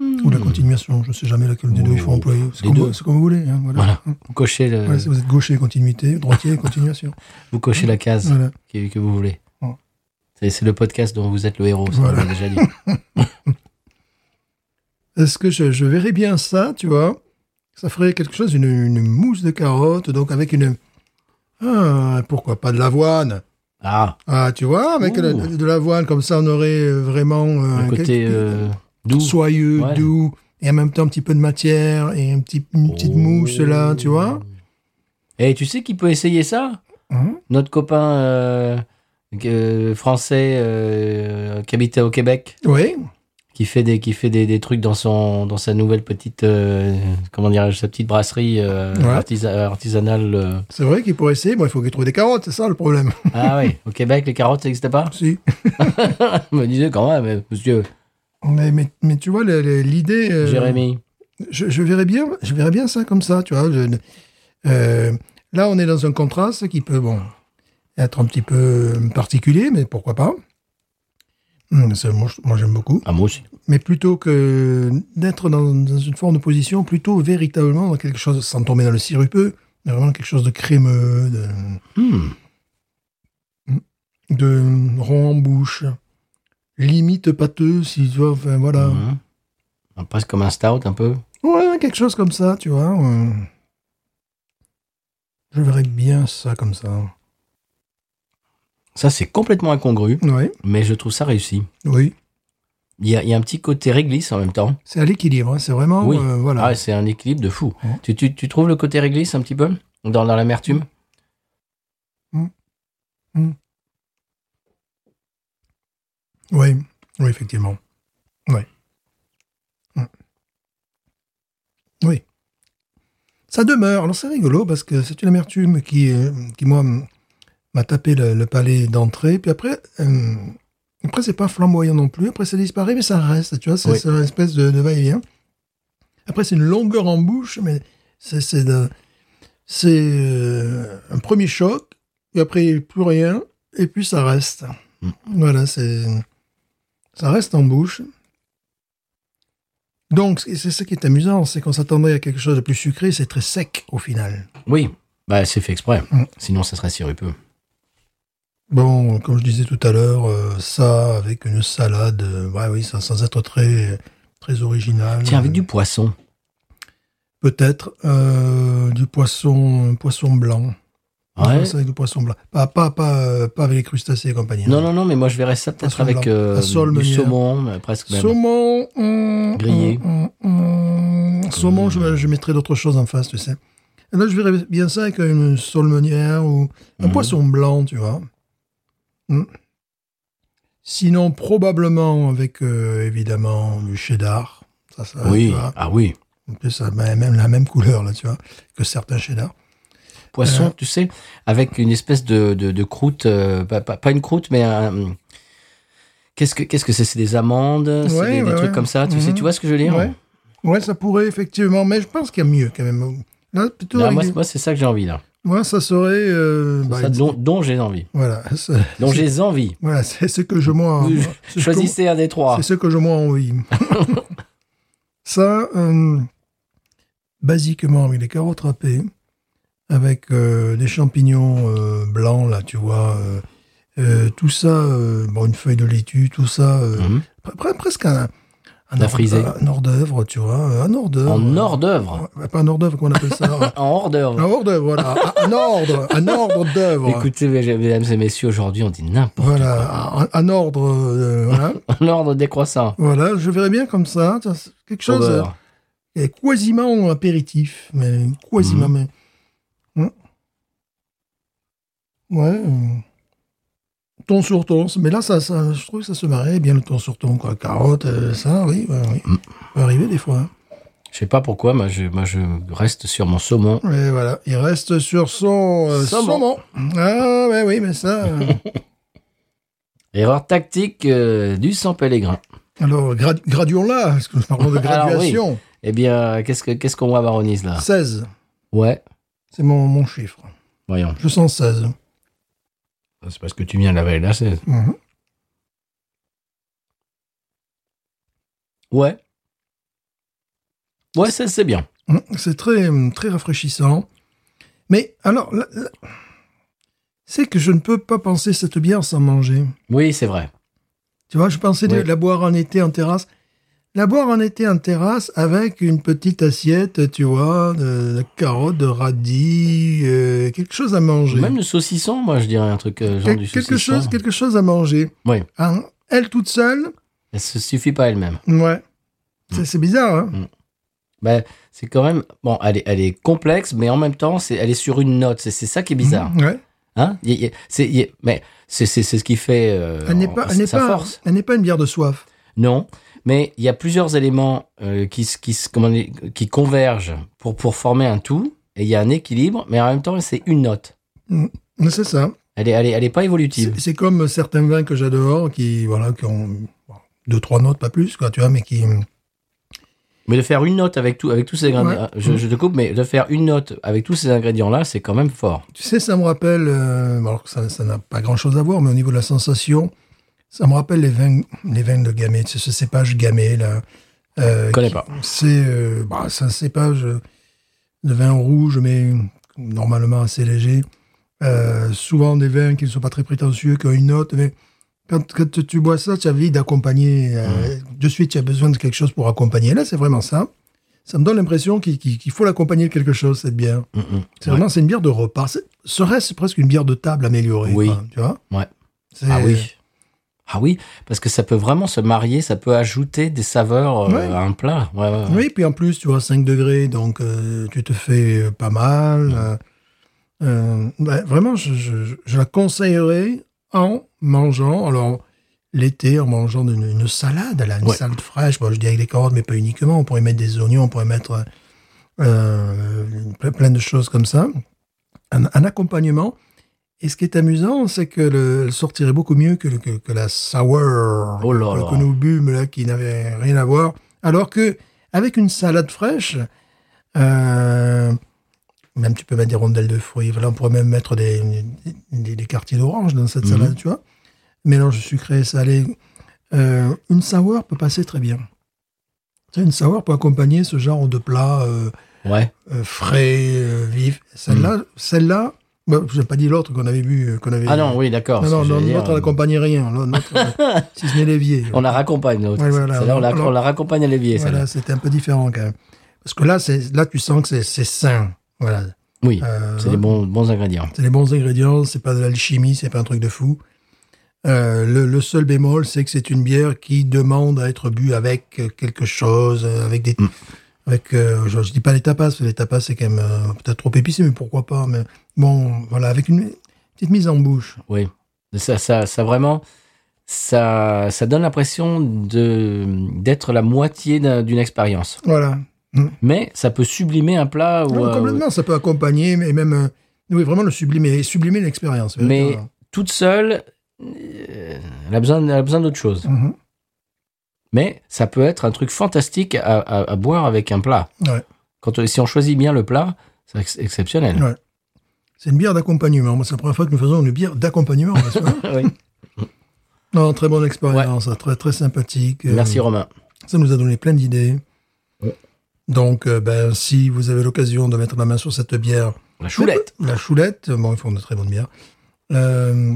S2: ou la continuation. Je ne sais jamais laquelle des deux il faut
S1: Ou-
S2: employer. C'est
S1: les
S2: comme,
S1: deux.
S2: vous- c'est comme vous voulez. hein, voilà.
S1: Voilà. Vous cochez, le-
S2: Voilà, si vous êtes gaucher, continuité. Droitier, continuation.
S1: vous cochez la case
S2: Voilà.
S1: que, que vous voulez.
S2: Ouais.
S1: C'est c'est le podcast dont vous êtes le héros, ça on
S2: Voilà.
S1: l'a déjà dit.
S2: Est-ce que je, je verrais bien ça, tu vois Ça ferait quelque chose, une, une mousse de carotte, donc avec une... Ah, pourquoi pas de l'avoine
S1: Ah,
S2: Ah, tu vois, avec
S1: Ouh.
S2: la- de l'avoine, comme ça, on aurait euh, vraiment euh,
S1: le côté
S2: quelque-
S1: euh, doux.
S2: soyeux,
S1: ouais.
S2: doux, et en même temps un petit peu de matière, et un petit, une petite
S1: Oh.
S2: mousse là, tu vois.
S1: Et Oh. Eh, tu sais qui peut essayer ça
S2: Hein
S1: Notre copain euh, euh, français euh, qui habitait au Québec,
S2: Oui,
S1: qui fait des, qui fait des, des trucs dans, son, dans sa nouvelle petite, euh, comment dirais-je, sa petite brasserie euh,
S2: Ouais.
S1: artisa- artisanale. euh.
S2: c'est vrai qu'il pourrait essayer. Bon, il faut qu'il trouve des carottes, c'est ça le problème.
S1: Ah oui, au Québec, les carottes, ça n'existait pas
S2: si.
S1: Je me disais quand même, euh, monsieur
S2: Mais, mais, mais tu vois, le- le- l'idée. euh,
S1: Jérémy.
S2: Je, je verrais bien, je verrais bien ça comme ça, tu vois. je- euh, là, on est dans un contraste qui peut, bon, être un petit peu particulier, mais pourquoi pas. Hum, c'est- moi, je- moi j'aime beaucoup.
S1: Ah, moi aussi.
S2: mais plutôt que d'être dans, dans une forme de position, plutôt véritablement dans quelque chose, sans tomber dans le sirupeux, mais vraiment quelque chose de crémeux, de,
S1: Hmm.
S2: de rond en bouche, limite pâteux, si tu vois, enfin voilà.
S1: Mhm. Ah, Presque comme un stout, un peu.
S2: Ouais, quelque chose comme ça, tu vois. euh. Je verrais bien ça comme ça.
S1: Ça, c'est complètement incongru,
S2: Oui,
S1: mais je trouve ça réussi.
S2: oui.
S1: Il y, a, il y a un petit côté réglisse en même temps.
S2: C'est à l'équilibre, hein, c'est vraiment,
S1: Oui.
S2: euh, voilà.
S1: Ah, c'est un équilibre de fou.
S2: Ouais.
S1: Tu, tu- tu trouves le côté réglisse un petit peu Dans, dans l'amertume
S2: Oui, oui, effectivement. Oui. Mm. Oui. Ça demeure. Alors c'est rigolo parce que c'est une amertume qui, euh, qui moi, m- m'a tapé le, le palais d'entrée. Puis après, euh, après c'est pas flamboyant non plus. Après ça disparaît, mais ça reste. Tu vois, c'est
S1: Oui.
S2: c'est une espèce de, de va-et-vient. Après c'est une longueur en bouche, mais c'est c'est de- c'est, euh, un premier choc. Et après plus rien. Et puis ça reste. Voilà, c'est ça reste en bouche. Donc, c'est c'est ça qui est amusant, c'est qu'on s'attendait à quelque chose de plus sucré, c'est très sec au final.
S1: Oui. Bah, c'est fait exprès.
S2: Mm.
S1: Sinon, ça serait sirupeux.
S2: Bon, comme je disais tout à l'heure, euh, ça avec une salade, euh, ouais, oui, ça, sans être très, très original. Euh,
S1: Tiens, avec du poisson.
S2: Peut-être euh, du poisson, poisson blanc.
S1: Ouais.
S2: Ah, Ça avec du poisson blanc. Pas, pas, pas, euh, pas avec les crustacés et compagnie. hein.
S1: Non, non, non, mais moi, je verrais ça peut-être
S2: Poisson
S1: avec
S2: blanc.
S1: euh,
S2: Un saule
S1: du
S2: meunière.
S1: saumon, euh, presque même.
S2: Saumon. hum,
S1: Grillé.
S2: hum, hum, hum. Saumon, je, je mettrais d'autres choses en face, tu sais. Et là, je verrais bien ça avec une solmenière ou un
S1: Mhm.
S2: poisson blanc, tu vois. Mm. Sinon, probablement avec, euh, évidemment, du cheddar. Ça, ça, euh, tu
S1: oui,
S2: vois.
S1: ah oui.
S2: En plus, ça a même la même couleur, là, tu vois, que certains cheddar.
S1: Poisson,
S2: Euh.
S1: tu sais, avec une espèce de, de, de croûte, euh, pas, pas- pas une croûte, mais un. hum, Qu'est-ce que qu'est-ce que c'est C'est des amandes C'est
S2: Ouais,
S1: des, des
S2: ouais,
S1: trucs
S2: ouais.
S1: comme ça tu, sais,
S2: Mhm.
S1: tu vois ce que je veux dire
S2: Ouais. Ouais, ça pourrait, effectivement, mais je pense qu'il y a mieux, quand même. Là, plutôt,
S1: Non,
S2: avec
S1: Moi,
S2: des-
S1: c'est- moi, c'est ça que j'ai envie, là.
S2: moi, ça serait... euh, bah,
S1: ça dont, dont j'ai envie.
S2: Voilà, ça-
S1: Dont
S2: c'est-
S1: j'ai envie.
S2: voilà, c'est ce que je moi...
S1: Vous
S2: c'est ce que-
S1: Choisissez un des trois.
S2: C'est ce que je moi envie. ça, euh, basiquement, avec des carottes râpées, avec euh, des champignons euh, blancs, là, tu vois, euh, euh, tout ça, euh, bon, une feuille de laitue, tout ça, euh,
S1: Mhm.
S2: pre- pre- presque un, un
S1: La
S2: hors-
S1: frisée.
S2: un hors d'œuvre, tu vois, un hors d'œuvre.
S1: En hors d'œuvre.
S2: Ouais, Pas un hors d'œuvre qu'on appelle ça.
S1: En hors
S2: un
S1: d'œuvre.
S2: hors d'œuvre, voilà, un- un ordre, un ordre d'œuvre.
S1: Écoutez, mes- mesdames et messieurs, aujourd'hui, on dit n'importe
S2: Voilà, un, un ordre, euh, voilà.
S1: quoi. En ordre décroissant.
S2: Voilà, je verrais bien comme ça. Ça, c'est Quelque
S1: Au
S2: chose euh,
S1: beurre.
S2: qui est quasiment apéritif, mais quasiment.
S1: Mhm.
S2: mais- Hum. Ouais. euh, Thon sur thon. Mais là, ça, ça, je trouve que ça se marie bien le thon sur thon. Quoi. Carotte, euh, ça, oui. ouais, oui.
S1: Hum.
S2: Ça peut arriver des fois. hein.
S1: Je sais pas pourquoi, moi je, moi, je reste sur mon saumon.
S2: Et voilà, il reste sur son euh,
S1: Saumon.
S2: saumon. Ah, ouais, oui, mais ça. euh,
S1: Erreur tactique euh, du sang pèlerin.
S2: alors, grad- graduons-la, parce que nous parlons de
S1: Alors, oui.
S2: graduation.
S1: Eh bien, qu'est-ce que- qu'est-ce qu'on voit à Baronise là
S2: 16,
S1: Ouais,
S2: c'est mon, mon chiffre.
S1: voyons.
S2: Je sens 16.
S1: Ah, C'est parce que tu viens de la veille, là, c'est.
S2: Mhm.
S1: Ouais. Ouais, ça, c'est bien.
S2: Mm, C'est très, hum, très rafraîchissant. Mais alors, là, là, c'est que je ne peux pas penser cette bière sans manger.
S1: Oui, c'est vrai.
S2: Tu vois, je pensais de
S1: Oui.
S2: la boire en été en terrasse. La boire en été en terrasse avec une petite assiette, tu vois, de, de carottes, de radis, euh, quelque chose à manger.
S1: Même le saucisson, moi, je dirais un truc euh, genre
S2: Quel-
S1: du saucisson.
S2: quelque, chose, quelque chose à manger.
S1: Oui.
S2: Hein, elle toute seule,
S1: Elle se suffit pas elle-même.
S2: ouais.
S1: Mm.
S2: C'est c'est bizarre, hein
S1: Bah, c'est quand même. Bon, elle est, elle est complexe, mais en même temps, c'est, elle est sur une note. C'est, c'est ça qui est bizarre.
S2: Mm, Ouais.
S1: Hein Il y a- il y a- c'est, il y a- mais c'est, c'est, c'est ce qui fait euh,
S2: Elle n'est pas, elle
S1: c'est
S2: n'est
S1: sa
S2: pas-
S1: force.
S2: elle n'est pas une bière de soif.
S1: Non, mais il y a plusieurs éléments euh, qui, se- qui, se- comment on dit, qui convergent pour, pour former un tout, et il y a un équilibre, mais en même temps, c'est une note.
S2: Mais C'est ça.
S1: Elle n'est elle est, elle est pas évolutive.
S2: C'est- C'est comme certains vins que j'adore, qui voilà, qui ont bon, deux trois notes, pas plus, quoi, tu vois, mais qui
S1: Mais de faire une note avec, tout, avec tous ces ingrédients,
S2: Ouais. Mm.
S1: je, je te coupe, mais de faire une note avec tous ces ingrédients-là, c'est quand même fort.
S2: Tu sais, ça me rappelle, euh, bon, alors que ça ça n'a pas grand-chose à voir, mais au niveau de la sensation, ça me rappelle les vins, les vins de Gamay, tu sais, ce cépage Gamay, là. Euh,
S1: Je connais
S2: qui-
S1: pas.
S2: C'est euh, bah, c'est un cépage euh, de vin rouge, mais normalement assez léger. Euh, souvent des vins qui ne sont pas très prétentieux, qui ont une note, mais quand, quand tu- tu bois ça, tu as envie d'accompagner. euh, De suite, tu as besoin de quelque chose pour accompagner. Là, c'est vraiment ça. Ça me donne l'impression qu'il qu'il- qu'il faut l'accompagner de quelque chose, cette bière.
S1: Mm, mm.
S2: C'est vraiment c'est une bière de repas. C'est- Serait-ce presque une bière de table améliorée
S1: Oui.
S2: quoi, tu vois
S1: Ouais.
S2: C'est-
S1: Ah oui. Ah oui, parce que ça peut vraiment se marier, ça peut ajouter des saveurs euh,
S2: Ouais.
S1: à un plat. Ouais, ouais, ouais.
S2: Oui, puis en plus, tu vois, 5 degrés, donc euh, tu te fais euh, pas mal. euh, euh, ouais, vraiment, je, je- je la conseillerais en mangeant. Alors, l'été, en mangeant une, une salade, là, une
S1: Ouais.
S2: salade fraîche. Bon, je dis avec des carottes, mais pas uniquement. On pourrait mettre des oignons, on pourrait mettre euh, plein, plein de choses comme ça. Un, un accompagnement. Et ce qui est amusant, c'est que le, elle sortirait beaucoup mieux que, le- que, que la sour
S1: Oh là là.
S2: que nous bûmes là, qui n'avait rien à voir. Alors que avec une salade fraîche, euh, même tu peux mettre des rondelles de fruits. Voilà, on pourrait même mettre des, des, des quartiers d'orange dans cette
S1: Mhm.
S2: salade, tu vois. Mélange sucré, salé. Euh, une sour peut passer très bien. Tu sais, Une sour peut accompagner ce genre de plat euh,
S1: Ouais.
S2: euh, frais, euh, vif. Celle-là, celle-là, bah, je n'ai pas dit l'autre qu'on avait bu, euh, qu'on avait.
S1: Mhm. Ah non, oui, d'accord.
S2: Non,
S1: ce que
S2: non,
S1: j'allais dire,
S2: l'autre, elle n'accompagnait rien. L'autre, euh, si ce n'est l'évier.
S1: on la raccompagne, l'autre.
S2: Ouais, voilà.
S1: Celle-là, on, la,
S2: Alors-
S1: on la raccompagne à l'évier,
S2: Voilà,
S1: celle-là.
S2: c'était un peu différent quand même. Parce que là, c'est- là tu sens que c'est- c'est sain. Voilà.
S1: Oui,
S2: Euh,
S1: c'est des bons, bons ingrédients.
S2: c'est des bons ingrédients, c'est pas de l'alchimie, c'est pas un truc de fou. Euh, le, le seul
S1: Mm.
S2: bémol, c'est que c'est une bière qui demande à être bu avec euh, quelque chose, euh, avec des, Avec, euh, je, je dis pas les tapas, parce que les tapas c'est quand même euh, peut-être trop épicé, mais pourquoi pas. Mais bon, voilà, avec une petite mise en bouche.
S1: Oui. Ça, ça, ça vraiment, ça, ça donne l'impression de d'être la moitié d'un- d'une expérience.
S2: Voilà.
S1: Mais ça peut sublimer un plat ou.
S2: Non,
S1: euh,
S2: complètement, ça peut accompagner, mais même euh, oui, vraiment le sublimer, et sublimer l'expérience.
S1: Mais
S2: véritablement.
S1: toute seule, euh, elle a besoin, elle a besoin d'autre chose.
S2: Mhm.
S1: Mais ça peut être un truc fantastique à, à- à boire avec un plat.
S2: Ouais.
S1: Quand on- si on choisit bien le plat, c'est ex- exceptionnel.
S2: Ouais. C'est une bière d'accompagnement. Moi, c'est la première fois que nous faisons une bière d'accompagnement. parce que-
S1: Oui.
S2: non, très bonne expérience, hein, très très sympathique. euh,
S1: Merci Romain.
S2: Ça nous a donné plein d'idées.
S1: Ouais.
S2: Donc, euh, ben, si vous avez l'occasion de mettre la main sur cette bière,
S1: La choulette.
S2: la choulette, bon, ils font de très bonnes bières. Euh,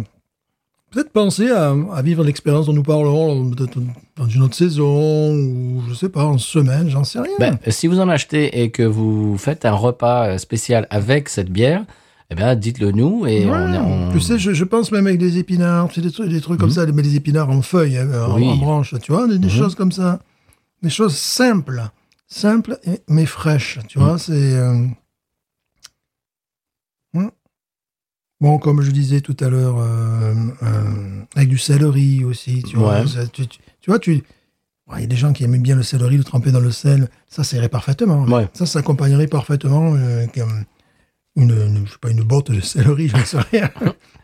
S2: peut-être penser à, à vivre l'expérience dont nous parlons peut-être dans une autre saison ou je sais pas en semaine, j'en sais rien.
S1: Ben, si vous en achetez et que vous faites un repas euh, spécial avec cette bière, eh ben, dites-le nous et
S2: Ouais.
S1: on, on-
S2: Tu sais, je, je pense même avec des épinards, tu sais, des trucs, des trucs comme ça, mais des épinards en feuilles, hein, en,
S1: Oui. Hmm.
S2: en branches, tu vois, des, des choses comme ça. Des choses simples, simples et- mais fraîches, tu vois, c'est... euh, hmm. Bon, comme je disais tout à l'heure, euh, euh, avec du céleri aussi, tu vois.
S1: Ouais.
S2: ça, tu, tu- tu vois, tu... Ouais, Il y a des gens qui aiment bien le céleri, le tremper dans le sel, ça, ça irait parfaitement.
S1: Ouais.
S2: Ça, ça accompagnerait parfaitement euh, comme une, une- je sais pas, une botte de céleri, j'en sais rien.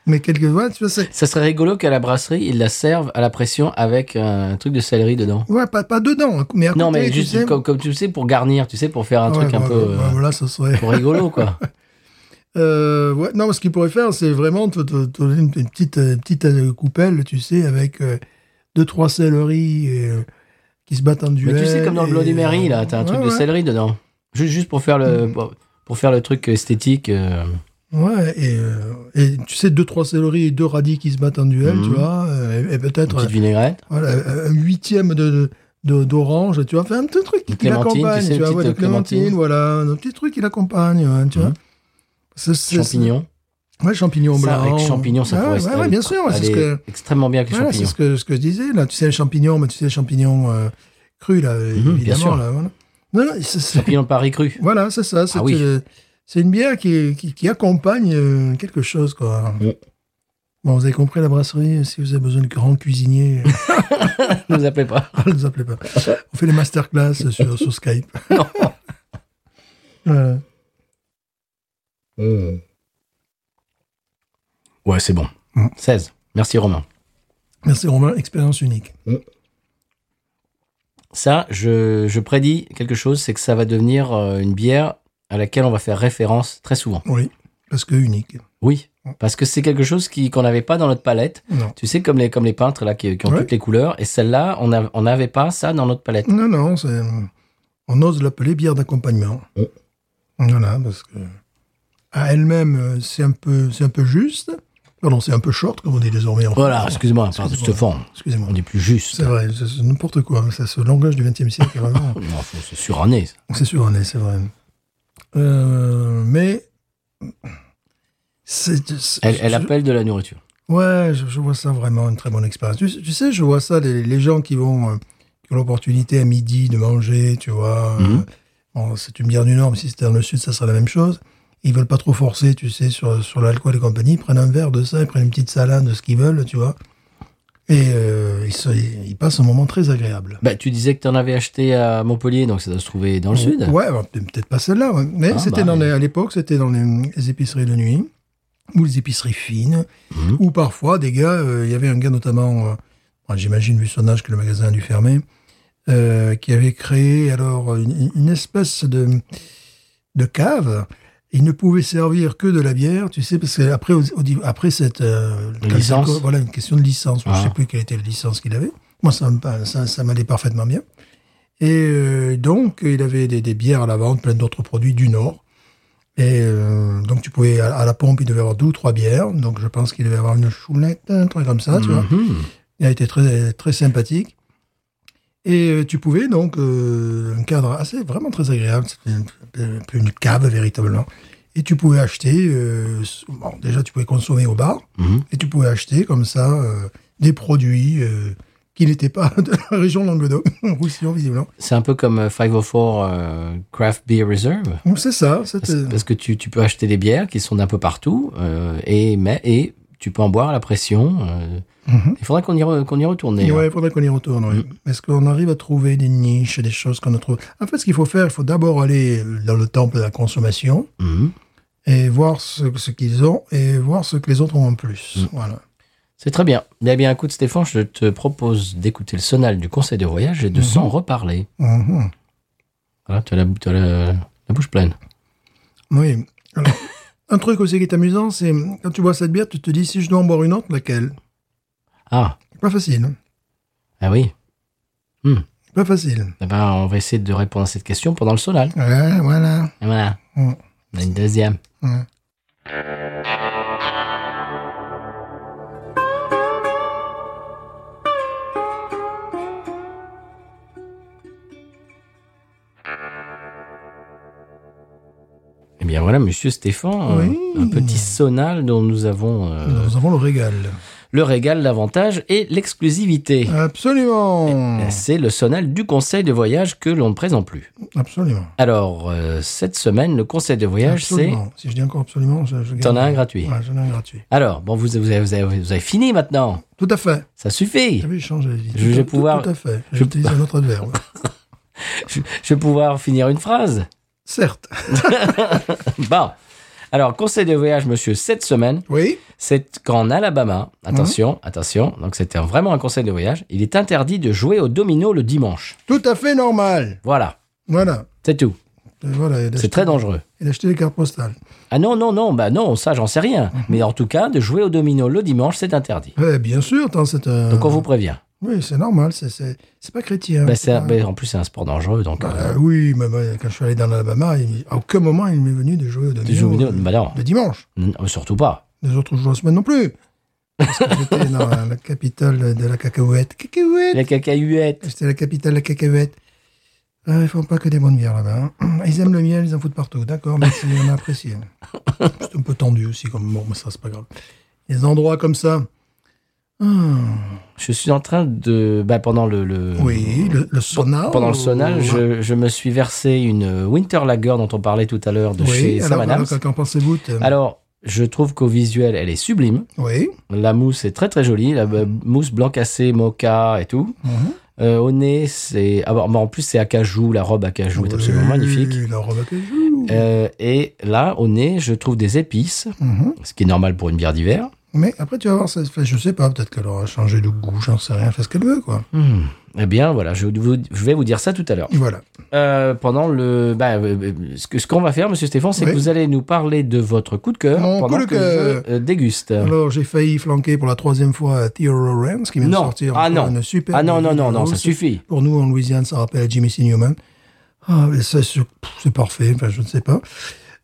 S2: Mais quelque part, tu vois, c'est...
S1: Ça serait rigolo qu'à la brasserie, ils la servent à la pression avec un truc de céleri dedans.
S2: Ouais, pas, pas dedans, mais à
S1: non,
S2: côté,
S1: mais
S2: tu
S1: juste
S2: sais.
S1: comme, comme tu sais, pour garnir, tu sais, pour faire un
S2: Ouais,
S1: truc un
S2: bah,
S1: peu
S2: bah,
S1: euh,
S2: voilà, ça serait...
S1: pour rigolo, quoi.
S2: Euh, ouais, non, ce qu'il pourrait faire, c'est vraiment te, te- te donner une, une petite, euh, petite euh, coupelle, tu sais, avec euh, deux, trois céleri euh, qui se battent en duel.
S1: mais tu sais, comme dans le
S2: et- euh,
S1: Bloody Mary, là, t'as un truc
S2: Ouais, Hmm.
S1: de
S2: ouais.
S1: céleri dedans. Juste, juste pour faire le, pour, pour faire le truc esthétique. euh,
S2: Ouais, et, euh, et tu sais, deux, trois céleri et deux radis qui se battent en duel,
S1: Mhm.
S2: tu vois, euh, et, et
S1: une
S2: peut-être...
S1: petite vinaigrette.
S2: voilà, euh, un huitième de de- de- d'orange, tu vois, fait un petit truc qui,
S1: Une
S2: qui
S1: clémentine, tu
S2: l'accompagne,
S1: sais,
S2: tu,
S1: une
S2: vois,
S1: petite
S2: ouais, de clémentine,
S1: clémentine.
S2: voilà, un petit truc qui l'accompagne, ouais, tu vois.
S1: Mhm.
S2: C'est- c'est-
S1: Champignons.
S2: c'est- Ouais, champignons
S1: Ça,
S2: blancs.
S1: avec champignons, ça
S2: Ouais,
S1: pourrait
S2: ouais,
S1: aller-
S2: ouais, bien sûr, ouais, c'est ce
S1: aller
S2: que,
S1: extrêmement bien avec les
S2: voilà, c'est
S1: champignons.
S2: ce que, ce que je disais, là, tu sais, les champignons, mais tu sais, les champignons euh, crus, là,
S1: Mhm, bien
S2: évidemment,
S1: sûr.
S2: là, voilà. Non, non, c'est- c'est-
S1: Champignons de Paris cru.
S2: voilà, c'est ça, c'est
S1: Ah oui.
S2: euh, c'est une bière qui, qui, qui accompagne euh, quelque chose, quoi.
S1: Ouais.
S2: Bon, vous avez compris la brasserie, si vous avez besoin de grands cuisiniers...
S1: Ne vous appelez pas.
S2: Ne nous appelez pas. On fait des masterclass sur, sur Skype.
S1: Non.
S2: Voilà.
S1: Mmh. Ouais, c'est bon.
S2: Mm.
S1: 16. Merci Romain.
S2: Merci Romain, expérience unique.
S1: Ça, je, je prédis quelque chose, c'est que ça va devenir euh, une bière à laquelle on va faire référence très souvent.
S2: Oui, parce que unique.
S1: Oui,
S2: Mmh.
S1: parce que c'est quelque chose qui qu'on n'avait pas dans notre palette.
S2: Non.
S1: Tu sais, comme les, comme les peintres là qui, qui ont
S2: Ouais. Mmh.
S1: toutes les couleurs, et celle-là, on a- on n'avait pas ça dans notre palette.
S2: Non, non, c'est- on ose l'appeler bière d'accompagnement.
S1: Ouais.
S2: Voilà, parce que à elle-même, euh, c'est un, peu- c'est un peu juste. Pardon, c'est un peu short, comme on dit désormais. en
S1: Voilà,
S2: France.
S1: excuse-moi, pardon, je te
S2: Excusez-moi.
S1: forme.
S2: Excusez-moi.
S1: On est plus juste.
S2: C'est vrai, c'est c'est n'importe quoi. C'est ce langage du XXe siècle, vraiment.
S1: Non, faut se suranner. ça.
S2: C'est sûr, on est, c'est vrai. Euh, mais. c'est- c'est-
S1: Elle, elle
S2: je-
S1: appelle de la nourriture.
S2: Ouais, je, je vois ça vraiment une très bonne expérience. Tu, tu sais, je vois ça, les, les gens qui vont, euh, qui ont l'opportunité à midi de manger, tu vois. euh,
S1: Mhm.
S2: bon, c'est une bière du Nord, mais si c'était dans le Sud, ça serait la même chose. Ils veulent pas trop forcer, tu sais, sur, sur l'alcool et compagnie. Ils prennent un verre de ça, ils prennent une petite salade de ce qu'ils veulent, tu vois. Et euh, ils, se- ils passent un moment très agréable.
S1: Bah, tu disais que tu en avais acheté à Montpellier, donc ça doit se trouver dans le sud.
S2: Mmh. Ouais, alors, peut- peut-être pas celle-là, ouais. mais
S1: Ah,
S2: c'était
S1: bah,
S2: dans les-
S1: oui.
S2: à l'époque, c'était dans les, les épiceries de nuit ou les épiceries fines,
S1: Mhm.
S2: ou parfois des gars, euh, il y avait un gars notamment, euh, bon, j'imagine vu son âge que le magasin a dû fermer, euh, qui avait créé alors une, une espèce de, de cave. Il ne pouvait servir que de la bière, tu sais, parce qu'après après, au- au- après cette euh,
S1: Une licence.
S2: Calzaco- voilà une question de licence. Je
S1: Ah.
S2: ne sais plus quelle était la licence qu'il avait. Moi, ça me pa- ça, ça m'allait parfaitement bien. Et euh, donc, il avait des, des bières à la vente, plein d'autres produits du Nord. Et euh, donc, tu pouvais, à, à la pompe, il devait avoir deux ou trois bières. Donc, je pense qu'il devait avoir une choulette, un truc comme ça, tu vois.
S1: Mhm.
S2: Il a été très, très sympathique. Et euh, tu pouvais donc euh, un cadre assez vraiment très agréable, c'était un peu une cave véritablement. Et tu pouvais acheter, euh, bon, déjà tu pouvais consommer au bar,
S1: Mhm.
S2: et tu pouvais acheter comme ça euh, des produits euh, qui n'était pas de la région Languedoc, Roussillon visiblement.
S1: C'est un peu comme euh, 504 euh, Craft Beer Reserve.
S2: Donc c'est ça,
S1: Parce,
S2: c'était
S1: parce que tu, tu peux acheter des bières qui sont d'un peu partout euh, et, mais, et tu peux en boire à la pression. euh.
S2: Mhm.
S1: Il faudra qu'on y, re- qu'on y retourne.
S2: Il
S1: d'ailleurs.
S2: faudrait qu'on y retourne. oui.
S1: Mm.
S2: Est-ce qu'on arrive à trouver des niches, des choses qu'on ne trouve En fait, ce qu'il faut faire, il faut d'abord aller dans le temple de la consommation
S1: Mhm.
S2: et voir ce, ce qu'ils ont et voir ce que les autres ont en plus.
S1: Mm.
S2: Voilà.
S1: C'est très bien. Eh bien, écoute, Stéphane, je te propose d'écouter le sonal du conseil de voyage et de s'en reparler.
S2: Mhm.
S1: Voilà, tu as la, tu as la- la bouche pleine.
S2: Oui. Alors, un truc aussi qui est amusant, c'est quand tu bois cette bière, tu te dis si je dois en boire une autre, laquelle
S1: Ah,
S2: Pas facile. hein.
S1: ah oui.
S2: Pas facile.
S1: Eh ben, on va essayer de répondre à cette question pendant le sonal.
S2: Ouais, voilà.
S1: Et voilà.
S2: Mhm.
S1: On a Une deuxième.
S2: Ouais.
S1: Eh bien voilà, monsieur Stéphane, euh,
S2: Oui.
S1: un petit sonal dont nous avons euh,
S2: Nous avons le régal.
S1: le régal, l'avantage et l'exclusivité.
S2: Absolument.
S1: C'est le sonal du conseil de voyage que l'on ne présente plus.
S2: Absolument.
S1: Alors, euh, cette semaine, le conseil de voyage, c'est...
S2: Absolument. Si je dis encore absolument, je, je
S1: T'en
S2: gagne.
S1: as un gratuit.
S2: Ouais, j'en ai un gratuit.
S1: Alors, bon, vous, vous avez, vous avez- vous avez fini maintenant.
S2: Tout à fait.
S1: Ça suffit.
S2: J'ai vu changer. dit.
S1: Je
S2: Tout-
S1: vais
S2: tout-
S1: pouvoir-
S2: Tout à fait.
S1: je-
S2: J'utilise un autre adverbe.
S1: Je, je vais pouvoir finir une phrase.
S2: Certes.
S1: Bon. Alors, conseil de voyage, monsieur, cette semaine,
S2: Oui.
S1: c'est qu'en Alabama,
S2: Mhm.
S1: attention, attention, donc c'était vraiment un conseil de voyage, il est interdit de jouer au domino le dimanche.
S2: Tout à fait normal.
S1: Voilà.
S2: Voilà.
S1: C'est tout.
S2: Et voilà, et d'acheter-
S1: C'est très dangereux.
S2: Et d'acheter les cartes postales.
S1: Ah non, non, non, bah non, ça j'en sais rien.
S2: Mhm.
S1: Mais en tout cas, de jouer au domino le dimanche, c'est interdit.
S2: Eh, bien sûr. Attends, c'est un.
S1: Donc on vous prévient.
S2: Oui, c'est normal. C'est, c'est, c'est pas chrétien.
S1: Bah, c'est-
S2: Ah,
S1: bah, en plus, c'est un sport dangereux, donc... euh,
S2: bah, oui, mais bah, quand je suis allé dans l'Alabama, il- à aucun moment il m'est venu de jouer au
S1: de jouer au
S2: domino.
S1: domino,
S2: euh,
S1: bah non,
S2: Le dimanche.
S1: Non, surtout pas.
S2: Les autres jours de la semaine non plus. Parce que j'étais dans la, la capitale de la cacahuète. Cacahuète
S1: La cacahuète.
S2: C'était la capitale de la cacahuète. Ah, ils font pas que des bonnes bières là-bas. hein. Ils aiment le miel, ils en foutent partout. D'accord, merci, on a apprécié. C'est un peu tendu aussi, comme bon, mais ça, c'est pas grave. Les endroits comme ça. Hmm.
S1: Je suis en train de... Bah, pendant le... le-
S2: oui, Oh. le, le sauna.
S1: Pendant le sauna,
S2: ou-
S1: je, je me suis versé une Winter Lager dont on parlait tout à l'heure de
S2: Oui,
S1: chez
S2: alors,
S1: Savannah.
S2: alors, qu'en pensez-vous t'es-
S1: Alors, je trouve qu'au visuel, elle est sublime.
S2: Oui.
S1: La mousse est très très jolie. La euh, mousse blanc cassé, mocha et tout.
S2: Mhm.
S1: Euh, au nez, c'est. ah bon, bah, en plus, c'est acajou. La robe acajou est absolument
S2: Oui,
S1: magnifique.
S2: La robe à cajou.
S1: Euh, et là, au nez, je trouve des épices,
S2: Mhm.
S1: ce qui est normal pour une bière d'hiver.
S2: Mais après, tu vas voir, ça, enfin, je sais pas, peut-être qu'elle aura changé de goût, j'en sais rien, elle fait ce qu'elle veut, quoi.
S1: Hmm. Eh bien, voilà, je, vous- je vais vous dire ça tout à l'heure.
S2: Voilà.
S1: Euh, pendant le. bah, euh, ce que- ce qu'on va faire, monsieur Stéphane, c'est
S2: Oui.
S1: que vous allez nous parler de votre coup de cœur
S2: Mon
S1: pendant
S2: coup de
S1: que
S2: cœur.
S1: je euh, déguste.
S2: Alors, j'ai failli flanquer pour la troisième fois Theo Lawrence, qui vient
S1: Non.
S2: de sortir
S1: Ah,
S2: encore
S1: non.
S2: une super.
S1: ah non, non,
S2: vidéo.
S1: non, non, ça suffit.
S2: Pour nous, en Louisiane, ça rappelle Jimmy C. Newman. Ah, mais ça, c'est pff, c'est parfait, enfin, je ne sais pas.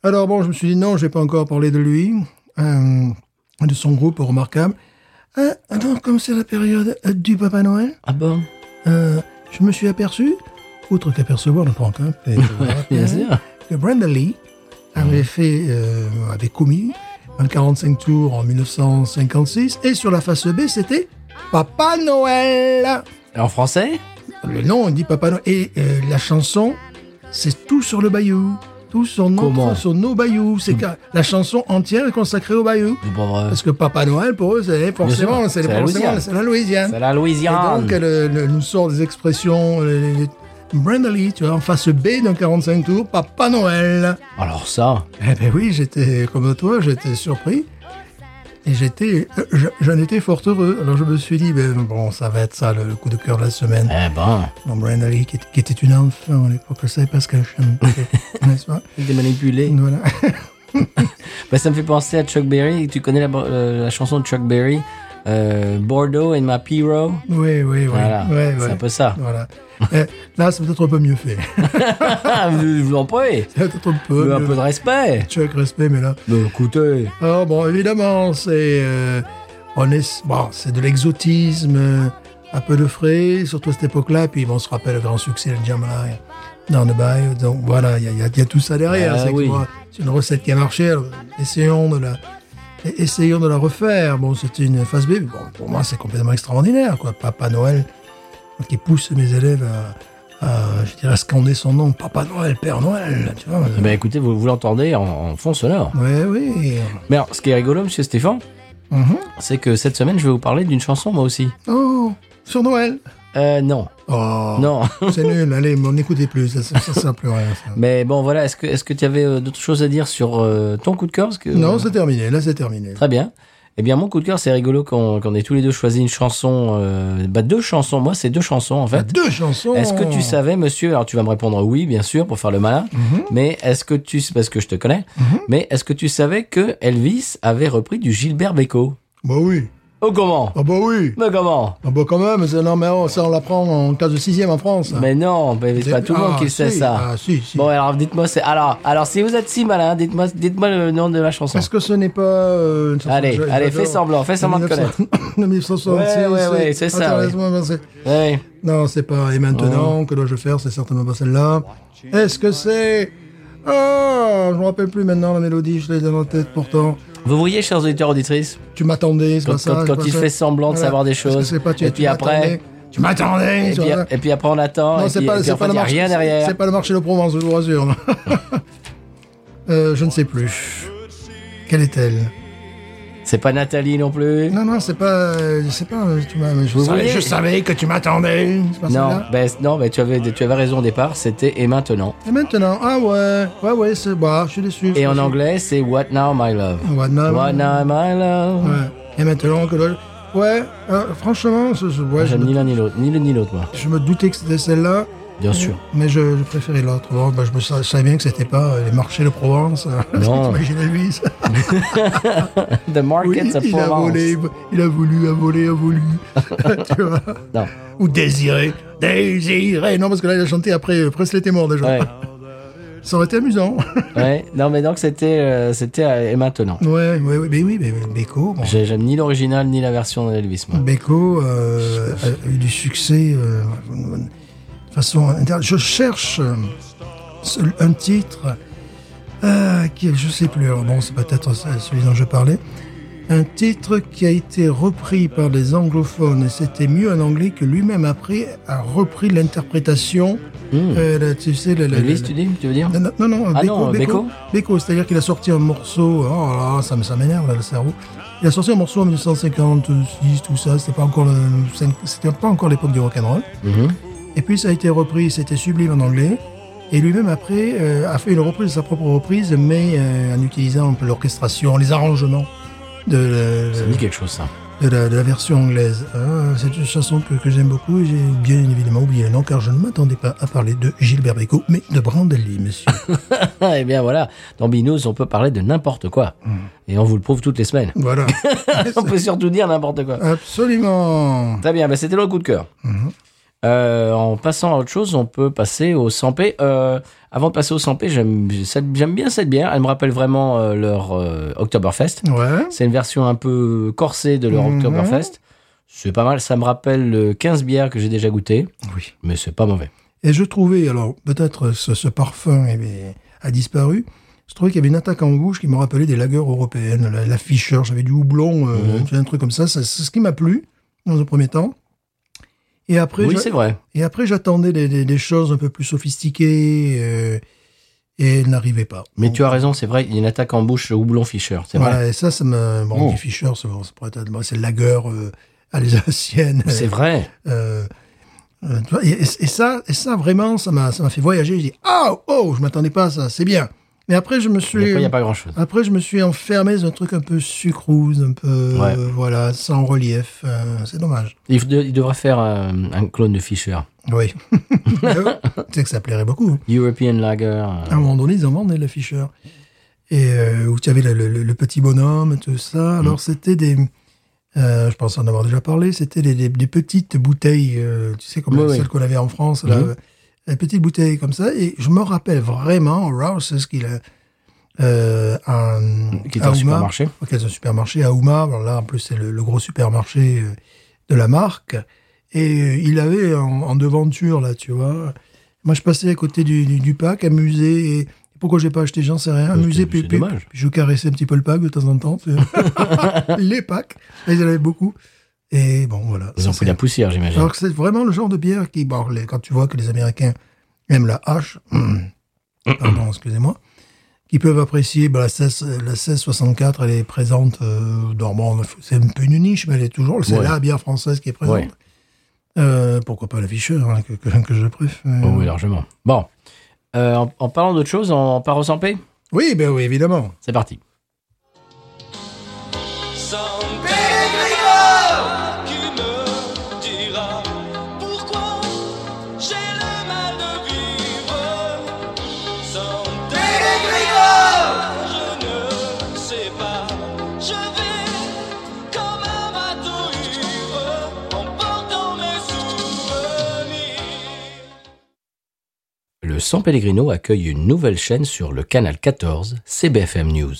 S2: Alors, bon, je me suis dit, non, je vais pas encore parler de lui, euh, de son groupe remarquable. Ah, ah non, comme c'est la période euh, du Papa Noël,
S1: Ah bon
S2: euh, je me suis aperçu, outre qu'apercevoir ne prend qu'un, et je vous rappelle
S1: Bien sûr.
S2: que Brenda Lee
S1: Mhm.
S2: avait fait, euh, avait commis un 45 tours en 1956 et sur la face B c'était Papa Noël.
S1: En français
S2: Le nom on dit Papa Noël et euh, la chanson c'est tout sur le Bayou, tout sur notre,
S1: Comment Mmh.
S2: sur nos Bayous. C'est ca- la chanson entière est consacrée au Bayou
S1: Mais bon, euh,
S2: parce que Papa Noël pour eux c'est forcément
S1: sûr,
S2: c'est
S1: c'est la
S2: forcément-
S1: Louisiane.
S2: c'est la Louisiane.
S1: C'est la
S2: Et
S1: Louisiane.
S2: donc, elle, euh, elle nous sort des expressions. euh, les- les- Brenda Lee, tu vois, en face B d'un 45 tours, Papa Noël.
S1: Alors ça,
S2: Eh ben oui, j'étais comme toi, j'étais surpris. Et j'étais, euh, je- j'en étais fort heureux. Alors je me suis dit, ben, bon, ça va être ça le, le coup de cœur de la semaine.
S1: eh ben,
S2: Bon, Brenda Lee, qui, est- qui était une enfant à l'époque, ça savait pas ce qu'elle chantait, n'est-ce pas
S1: il est manipulé.
S2: Voilà.
S1: Bah, ça me fait penser à Chuck Berry. Tu connais la, euh, la chanson de Chuck Berry euh, Bordeaux and my Piro
S2: Oui, oui, oui.
S1: Voilà,
S2: Ouais,
S1: c'est
S2: ouais.
S1: un peu ça.
S2: Voilà. Eh, là, c'est peut-être un peu mieux fait.
S1: Ah, je vous en prie.
S2: C'est peut-être un peu
S1: Mais Un
S2: mieux.
S1: peu de respect.
S2: Chuck, respect, mais là...
S1: Mais écoutez,
S2: Alors Ah, bon, évidemment, c'est euh, on est bon, c'est de l'exotisme euh, un peu de frais, surtout à cette époque-là. Puis bon, on se rappelle le grand succès de Jambalaya dans le bail. Donc voilà, il y, a- il y a- il y a tout ça derrière.
S1: Ah
S2: c'est que,
S1: oui.
S2: bon, c'est une recette qui a marché. alors, essayons de la et- essayons de la refaire. Bon, c'était une phase B. mais Bon, pour moi, c'est complètement extraordinaire. Quoi, Papa Noël qui pousse mes élèves à, à, je dirais, à scander son nom, Papa Noël, Père Noël, tu vois.
S1: Ben écoutez, vous, vous l'entendez en, en fond sonore.
S2: Ouais, oui.
S1: Mais alors, ce qui est rigolo, monsieur Stéphane,
S2: Mhm.
S1: c'est que cette semaine, je vais vous parler d'une chanson, moi aussi.
S2: Oh, sur Noël.
S1: Euh, non.
S2: Oh,
S1: Non.
S2: c'est nul. Allez, on n'écoutez plus. Ça, ça, ça sert plus à rien. ça.
S1: Mais bon, voilà, est-ce que est-ce que tu avais euh, d'autres choses à dire sur euh, ton coup de cœur Parce que,
S2: Non, c'est terminé. Là, c'est terminé.
S1: Très bien. Eh bien, mon coup de cœur, c'est rigolo qu'on qu'on ait tous les deux choisi une chanson. euh, bah, deux chansons. Moi, c'est deux chansons, en
S2: Il y a
S1: fait.
S2: Bah, deux chansons.
S1: Est-ce que tu savais, monsieur Alors, tu vas me répondre oui, bien sûr, pour faire le malin.
S2: Mhm.
S1: Mais est-ce que tu... Parce que je te connais.
S2: Mhm.
S1: Mais est-ce que tu savais que Elvis avait repris du Gilbert Bécaud
S2: Bah oui.
S1: Oh, comment
S2: Ah bah oui.
S1: Mais comment
S2: Ah bah quand même. c'est- Non, mais oh, ça, on l'apprend en classe de sixième en France. hein.
S1: Mais non, mais c'est pas tout le monde
S2: Ah,
S1: qui le sait,
S2: si.
S1: ça.
S2: Ah si, si.
S1: Bon, alors, dites-moi... c'est- Alors, alors, si vous êtes si malin, dites-moi dites-moi le nom de la chanson.
S2: Est-ce que ce n'est pas... euh, une chanson
S1: Allez,
S2: que j'a-
S1: allez,
S2: j'adore
S1: fais semblant, fais semblant de connaître.
S2: 1900 1966.
S1: Ouais, ouais, ouais, c'est ça,
S2: Attends,
S1: ouais. Oh.
S2: laisse-moi penser.
S1: Ouais.
S2: Non, c'est pas. Et maintenant, que dois-je faire C'est certainement pas celle-là. Est-ce que c'est. Ah, je me rappelle plus maintenant la mélodie, je l'ai dans la tête pourtant.
S1: Vous voyez, chers auditeurs, auditrices,
S2: Tu m'attendais, c'est
S1: quand,
S2: pas ça
S1: quand-
S2: c'est
S1: quand
S2: pas
S1: il
S2: ça.
S1: fait semblant de
S2: Voilà.
S1: savoir des
S2: Est-ce que
S1: choses,
S2: c'est pas tu-
S1: et
S2: tu
S1: puis après,
S2: m'attendais Tu m'attendais
S1: et
S2: tu
S1: puis,
S2: vois.
S1: et puis après on attend,
S2: Non,
S1: et
S2: c'est
S1: puis, et
S2: pas,
S1: puis
S2: c'est
S1: en fait,
S2: pas
S1: il
S2: le
S1: n'y a
S2: marché.
S1: rien
S2: c'est-
S1: derrière.
S2: C'est pas le marché de Provence, je vous rassure. non. Euh, je ne sais plus. Quelle est-elle
S1: C'est pas Nathalie non plus.
S2: Non, non, c'est pas. euh, C'est pas. euh, Tu m'as- je,
S1: Vous
S2: savais,
S1: voyez
S2: je savais que tu m'attendais. C'est pas
S1: Non,
S2: celle-là
S1: ben, non, ben, tu avais, tu avais raison au départ, c'était Et maintenant.
S2: Et maintenant, ah ouais, ouais, ouais, c'est. Bah, je suis déçu.
S1: Et
S2: je
S1: en
S2: suis-
S1: anglais, c'est What Now My Love.
S2: What now?
S1: What Now My Love.
S2: Ouais. Et maintenant que l'on- Ouais, euh, franchement, ce- ce- ouais, je,
S1: J'aime ni
S2: me,
S1: l'un ni l'autre, ni l'un ni l'autre, moi,
S2: je me doutais que c'était celle-là,
S1: bien sûr.
S2: mais je, je préférais l'autre. Bon, bah, je me sa- savais bien que c'était pas euh, les marchés de Provence. hein.
S1: Non.
S2: Imaginez lui, ça.
S1: The
S2: Oui,
S1: Markets of
S2: il a
S1: Provence.
S2: volé, il a voulu, a volé, a voulu. tu vois
S1: Non.
S2: Ou désiré. Désiré. Non, parce que là, il a chanté après euh, Presley était mort déjà.
S1: Ouais,
S2: Ça aurait été amusant.
S1: ouais. Non, mais donc c'était euh, c'était euh, Et maintenant.
S2: ouais, ouais, ouais, mais oui, mais Beko. bon.
S1: J'ai- J'aime ni l'original ni la version d'Elvis, moi.
S2: Mmh. Beko euh, a eu du succès euh, de façon interne. Je cherche euh, seul- un titre euh, qui, est- je sais plus. Alors bon, c'est peut-être ça, celui dont je parlais. Un titre qui a été repris par les anglophones. et C'était mieux en anglais que lui-même après a repris l'interprétation.
S1: Hmm.
S2: euh, la- tu sais, la- la-
S1: Elvis,
S2: la-
S1: tu dis Tu veux dire
S2: non, non, non, non,
S1: Ah
S2: Beko,
S1: non,
S2: Beko.
S1: Beko
S2: Beko, c'est-à-dire qu'il a sorti un morceau, oh là là, ça me- ça m'énerve là, le cerveau. Il a sorti un morceau en 1956, tout ça, c'était pas encore le- c'était pas encore l'époque du rock'n'roll.
S1: Mhm.
S2: Et puis ça a été repris, c'était sublime en anglais. Et lui-même après euh, a fait une reprise, sa propre reprise, mais euh, en utilisant un peu l'orchestration, les arrangements de, la-
S1: Ça me dit quelque chose, ça.
S2: de la, de la version anglaise. Ah, c'est une chanson que, que j'aime beaucoup et j'ai bien évidemment oublié le nom car je ne m'attendais pas à parler de Gilbert Bécaud, mais de Brandelli, monsieur.
S1: Eh bien voilà, dans Binous, on peut parler de n'importe quoi. Et on vous le prouve toutes les semaines.
S2: voilà.
S1: on peut surtout dire n'importe quoi.
S2: Absolument.
S1: Très bien, bah, c'était le coup de cœur. Euh, en passant à autre chose, on peut passer au 100p. Euh, avant de passer au 100p, j'aime cette- j'aime bien cette bière. Elle me rappelle vraiment euh, leur euh, Oktoberfest.
S2: Ouais.
S1: C'est une version un peu corsée de leur
S2: Mhm.
S1: Oktoberfest. C'est pas mal, ça me rappelle le 15 bières que j'ai déjà goûtées,
S2: Oui.
S1: mais c'est pas mauvais.
S2: Et je trouvais, alors peut-être ce, ce parfum avait- a disparu, je trouvais qu'il y avait une attaque en bouche qui me rappelait des lagers européennes, la, la Fischer, j'avais du houblon,
S1: Mhm.
S2: euh, un truc comme ça, Ça, c'est ce qui m'a plu dans un premier temps. Et après,
S1: oui,
S2: j'a-
S1: c'est vrai.
S2: et après j'attendais des, des- des choses un peu plus sophistiquées euh, et elles n'arrivaient pas.
S1: Mais
S2: Bon.
S1: tu as raison, c'est vrai, il y a une attaque en bouche au houblon Fischer, c'est vrai.
S2: Voilà, et ça, ça me... Bon,
S1: Oh.
S2: du Fischer, c'est bon, ça pourrait être- bon, c'est le lager euh, à l'alsacienne.
S1: C'est vrai.
S2: Euh, euh, tu vois, et, et- et ça, et ça vraiment, ça m'a, ça m'a fait voyager. J'ai dit, ah, oh, je m'attendais pas à ça, c'est bien. Mais après, je me
S1: Mais
S2: suis,
S1: après, il n'y a pas grand chose.
S2: après, je me suis enfermé dans un truc un peu sucrose, un peu,
S1: Ouais.
S2: euh, voilà, sans relief. euh, c'est dommage.
S1: Il, de- il devrait faire euh, un clone de Fischer.
S2: Oui. Mais ouais, tu sais que ça plairait beaucoup. hein.
S1: European Lager. euh,
S2: À un moment donné, ils en vendaient l'afficheur. Et euh, où tu avais le, le- le- le petit bonhomme, tout
S1: Mm.
S2: ça. Alors, c'était des. euh, je pense en avoir déjà parlé. C'était des, des- des petites bouteilles, euh, tu sais, comme
S1: Oui, oui.
S2: celles qu'on avait en France. Là, euh,
S1: Mhm.
S2: Des petites bouteilles comme ça. Et je me rappelle vraiment, Rouse, ce qu'il a. Euh, un,
S1: qui est un
S2: Auma.
S1: supermarché.
S2: Ok, c'est un supermarché à Houma. Alors là, en plus, c'est le, le gros supermarché euh, de la marque. Et euh, il avait en, en devanture, là, tu vois. Moi, je passais à côté du, du, du pack, un musée. Et pourquoi j'ai pas acheté, j'en sais rien. Un
S1: Euh,
S2: musée,
S1: c'est-
S2: puis,
S1: c'est
S2: puis-
S1: dommage.
S2: puis je caressais un petit peu le pack de temps en temps. tu vois. Les packs. Ils en avaient beaucoup. Et Et bon, voilà.
S1: Ils
S2: Ça,
S1: ont pris
S2: c'est-
S1: de la poussière, j'imagine.
S2: Alors que c'est vraiment le genre de bière qui, bon, les- quand tu vois que les Américains aiment la hache, pardon, excusez-moi, qui peuvent apprécier, bah, la, 16, la 1664, elle est présente, euh, dans- bon, c'est un peu une niche, mais elle est toujours, c'est
S1: Ouais.
S2: la bière française qui est présente.
S1: Ouais.
S2: Euh, pourquoi pas l'afficheur, hein, que, que- que je préfère.
S1: Oh, oui, largement. Bon. Euh, en, en parlant d'autre chose, on part au 100 P
S2: oui, ben oui, évidemment.
S1: C'est parti.
S3: Sans pégrino qui me dira pourquoi j'ai le mal de vivre. Sans pégrino, je ne sais pas. Je vais comme un bateau ivre en portant mes souvenirs.
S1: Le San Pellegrino accueille une nouvelle chaîne sur le canal 14, CBFM News.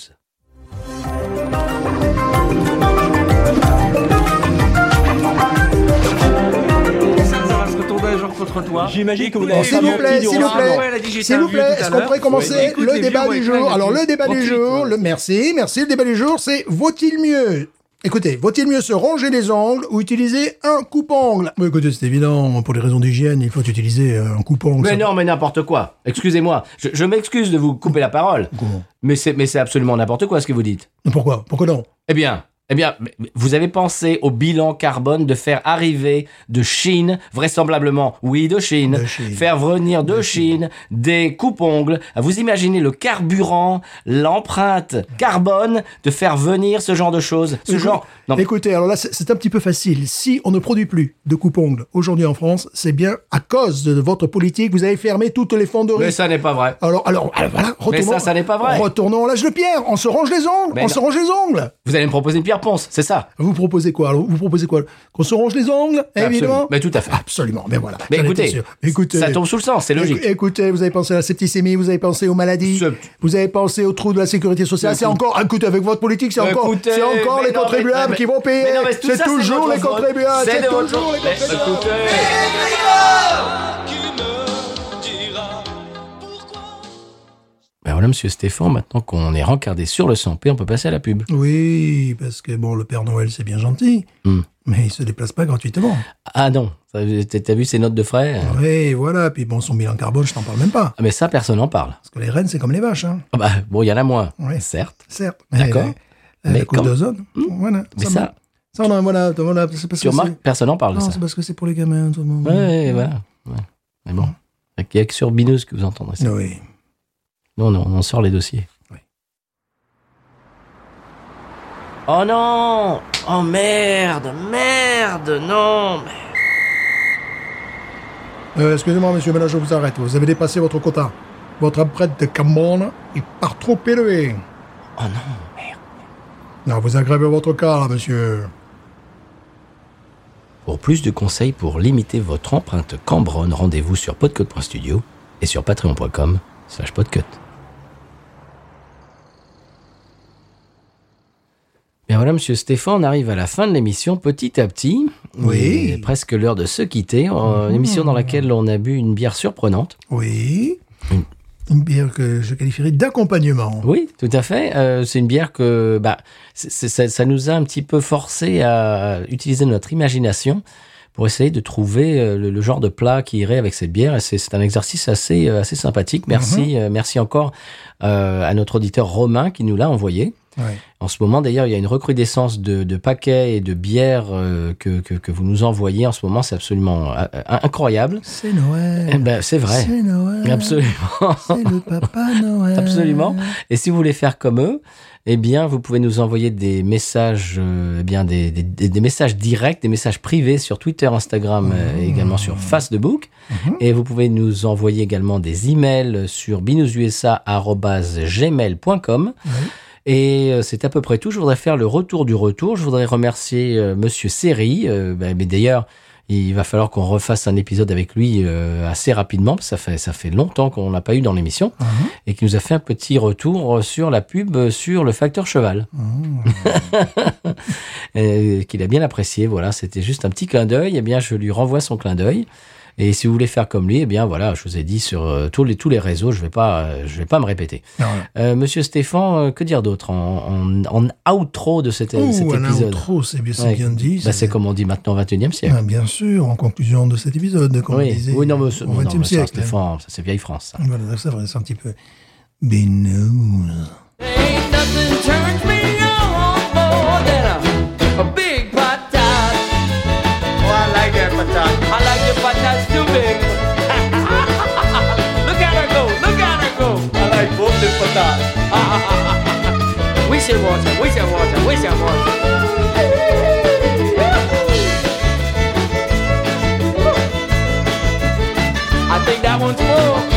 S4: Ça va se retourner genre contre toi.
S5: J'imagine que vous
S2: Bon,
S5: n'avez
S2: s'il
S5: pas
S2: vous
S5: menti
S2: plaît,
S5: durant
S2: s'il vous
S5: un
S2: plaît,
S5: moment.
S4: elle a dit, j'ai
S2: s'il
S4: pas
S2: vous
S4: vu
S2: plaît,
S4: tout à
S2: est-ce qu'on
S4: l'heure.
S2: pourrait commencer
S1: bah,
S4: Ouais, écoute,
S2: le
S4: les
S2: débat
S4: vieux,
S2: du
S4: ouais,
S2: jour
S4: claque,
S2: Alors le
S4: là-dessus.
S2: débat du
S4: Profite,
S2: jour,
S4: ouais.
S2: le merci, merci. Le débat du jour, c'est vaut-il mieux Écoutez, vaut-il mieux se ronger les ongles ou utiliser un coupe-ongle Mais Écoutez, c'est évident, pour les raisons d'hygiène, il faut utiliser euh, un coupe-ongle.
S1: Mais
S2: ça-
S1: non, mais n'importe quoi. Excusez-moi. Je, je m'excuse de vous couper la parole.
S2: Comment
S1: Mais c'est, mais c'est absolument n'importe quoi ce que vous dites.
S2: Mais Pourquoi Pourquoi non
S1: Eh bien, eh bien, mais- mais vous avez pensé au bilan carbone de faire arriver de Chine, vraisemblablement, oui, de Chine,
S2: De Chine.
S1: faire venir de, Chine, des coupes-ongles. Vous imaginez le carburant, l'empreinte carbone de faire venir ce genre de choses, ce
S2: Écoute-
S1: genre. Non, mais-
S2: Écoutez, alors là, c'est c'est un petit peu facile. Si on ne produit plus de coupe-ongles aujourd'hui en France, c'est bien à cause de votre politique. Vous avez fermé toutes les fonderies.
S1: mais ça n'est pas vrai.
S2: Alors, alors, alors, voilà, retournons.
S1: ça, ça n'est pas vrai.
S2: Retournons à l'âge de pierre. On se range les ongles.
S1: Mais
S2: on
S1: non.
S2: se range les ongles.
S1: Vous allez me proposer une pierre ponce, c'est ça
S2: Vous proposez quoi Alors, vous proposez quoi Qu'on se range les ongles, évidemment.
S1: Absolument. Mais tout à fait.
S2: Absolument. Mais voilà.
S1: Mais
S2: J'en étais
S1: écoutez,
S2: sûr. écoutez,
S1: ça tombe sous le sens, c'est logique.
S2: éc- Écoutez, vous avez pensé à la septicémie, vous avez pensé aux maladies,
S1: Ce-
S2: vous avez pensé aux trous de la sécurité sociale. C'est encore, écoutez, avec votre politique, c'est encore,
S1: Écoutez,
S2: c'est encore
S1: mais
S2: les
S1: non, mais-
S2: contribuables
S1: mais-
S2: qui vont payer.
S1: mais non, mais tout
S2: C'est
S1: ça,
S2: toujours
S1: votre
S2: les
S1: faute.
S2: contribuables.
S1: C'est de
S2: C'est
S1: votre
S2: toujours
S1: faute.
S2: les contribuables.
S1: Écoutez.
S3: Pégrino qui me dira pourquoi.
S1: Ben voilà, monsieur Stéphane, maintenant qu'on est rencardé sur le 100p, on peut passer à la pub.
S2: Oui, parce que bon, le Père Noël, c'est bien gentil,
S1: Hmm.
S2: mais il se déplace pas gratuitement.
S1: Ah non, ça, t'as t'as vu ces notes de frais euh,
S2: Oui, voilà. Puis bon, son bilan carbone, je t'en parle même pas.
S1: Ah, Mais ça, personne n'en parle.
S2: Parce que les rennes, c'est comme les vaches, hein.
S1: Ah bah, bon, il y en a moins,
S2: Ouais.
S1: certes.
S2: Certes.
S1: D'accord.
S2: Mais,
S1: Mais
S2: la couche
S1: quand- Hmm.
S2: d'ozone. Voilà.
S1: Mais ça,
S2: Ça, on a- voilà, voilà, c'est parce
S1: tu
S2: que
S1: remarques,
S2: c'est...
S1: personne n'en parle de
S2: Non,
S1: ça.
S2: c'est parce que c'est pour les gamins, tout le monde.
S1: Ouais, ouais, voilà. Ouais. Mais bon, il n'y a que sur Binous que vous entendrez ça.
S2: Oui.
S1: Non, non, on en sort les dossiers.
S2: Ouais.
S1: Oh non Oh merde Merde Non mais-
S2: Euh, excusez-moi, monsieur, mais là, je vous arrête. Vous avez dépassé votre quota. Votre empreinte de carbone est par trop élevée.
S1: Oh non, merde
S2: Non, vous aggravez votre cas, là, monsieur.
S1: Pour plus de conseils pour limiter votre empreinte cambronne, rendez-vous sur podcut.studio et sur patreon.com slash podcut. Bien voilà, monsieur Stéphane, on arrive à la fin de l'émission petit à petit.
S2: Oui.
S1: Il est presque l'heure de se quitter. Euh, Une émission dans laquelle on a bu une bière surprenante.
S2: Oui. Une bière que je qualifierais d'accompagnement.
S1: Oui, tout à fait. Euh, c'est une bière que bah, c'est- c'est- ça, ça nous a un petit peu forcé à utiliser notre imagination pour essayer de trouver euh, le, le genre de plat qui irait avec cette bière. Et C'est c'est un exercice assez, euh, assez sympathique. Merci, euh, merci encore euh, à notre auditeur Romain qui nous l'a envoyé.
S2: Ouais.
S1: En ce moment, d'ailleurs, il y a une recrudescence de, de paquets et de bières euh, que, que, que vous nous envoyez. En ce moment, c'est absolument euh, incroyable.
S2: C'est Noël.
S1: Eh ben, c'est vrai.
S2: C'est Noël.
S1: Absolument.
S2: C'est le papa Noël.
S1: Absolument. Et si vous voulez faire comme eux, eh bien, vous pouvez nous envoyer des messages, euh, eh bien, des, des- des- des messages directs, des messages privés sur Twitter, Instagram euh, et également sur Facebook. Et vous pouvez nous envoyer également des emails sur binoususa.gmail.com. Et euh, c'est à peu près tout. Je voudrais faire le retour du retour. Je voudrais remercier euh, Monsieur Seri. euh, bah, mais d'ailleurs, il va falloir qu'on refasse un épisode avec lui euh, assez rapidement, parce que ça fait, ça fait longtemps qu'on l'a pas eu dans l'émission, et qui nous a fait un petit retour sur la pub euh, sur le facteur cheval,
S2: Oh.
S1: Et qu'il a bien apprécié. Voilà, c'était juste un petit clin d'œil. Eh bien, je lui renvoie son clin d'œil. Et si vous voulez faire comme lui, eh bien voilà, je vous ai dit sur euh, tous les tous les réseaux, je vais pas euh, je vais pas me répéter.
S2: Non.
S1: Euh, Monsieur Stéphane, euh, que dire d'autre en, en, en outro de cet,
S2: Ouh,
S1: cet
S2: un
S1: épisode
S2: outro, c'est bien, c'est
S1: Ouais.
S2: bien dit.
S1: Bah,
S2: c'est-
S1: C'est comme on dit maintenant au 21e siècle.
S2: Ah, bien sûr, en conclusion de cet épisode, comme Ah, on
S1: oui.
S2: disait
S1: oui, non, mais, ce-
S2: au
S1: non, mais
S2: XXe
S1: ça,
S2: siècle. hein.
S1: Stéphane, ça c'est vieille France. ça.
S2: Voilà, donc ça, c'est un petit peu... Benous.
S4: Ain't nothing turns me on more than a, a big patat. Oh, I like that patat. I like your patats too big. look at her go, look at her go. I like both the patats. we should watch her, we should watch her, we should watch her. I think that one's full.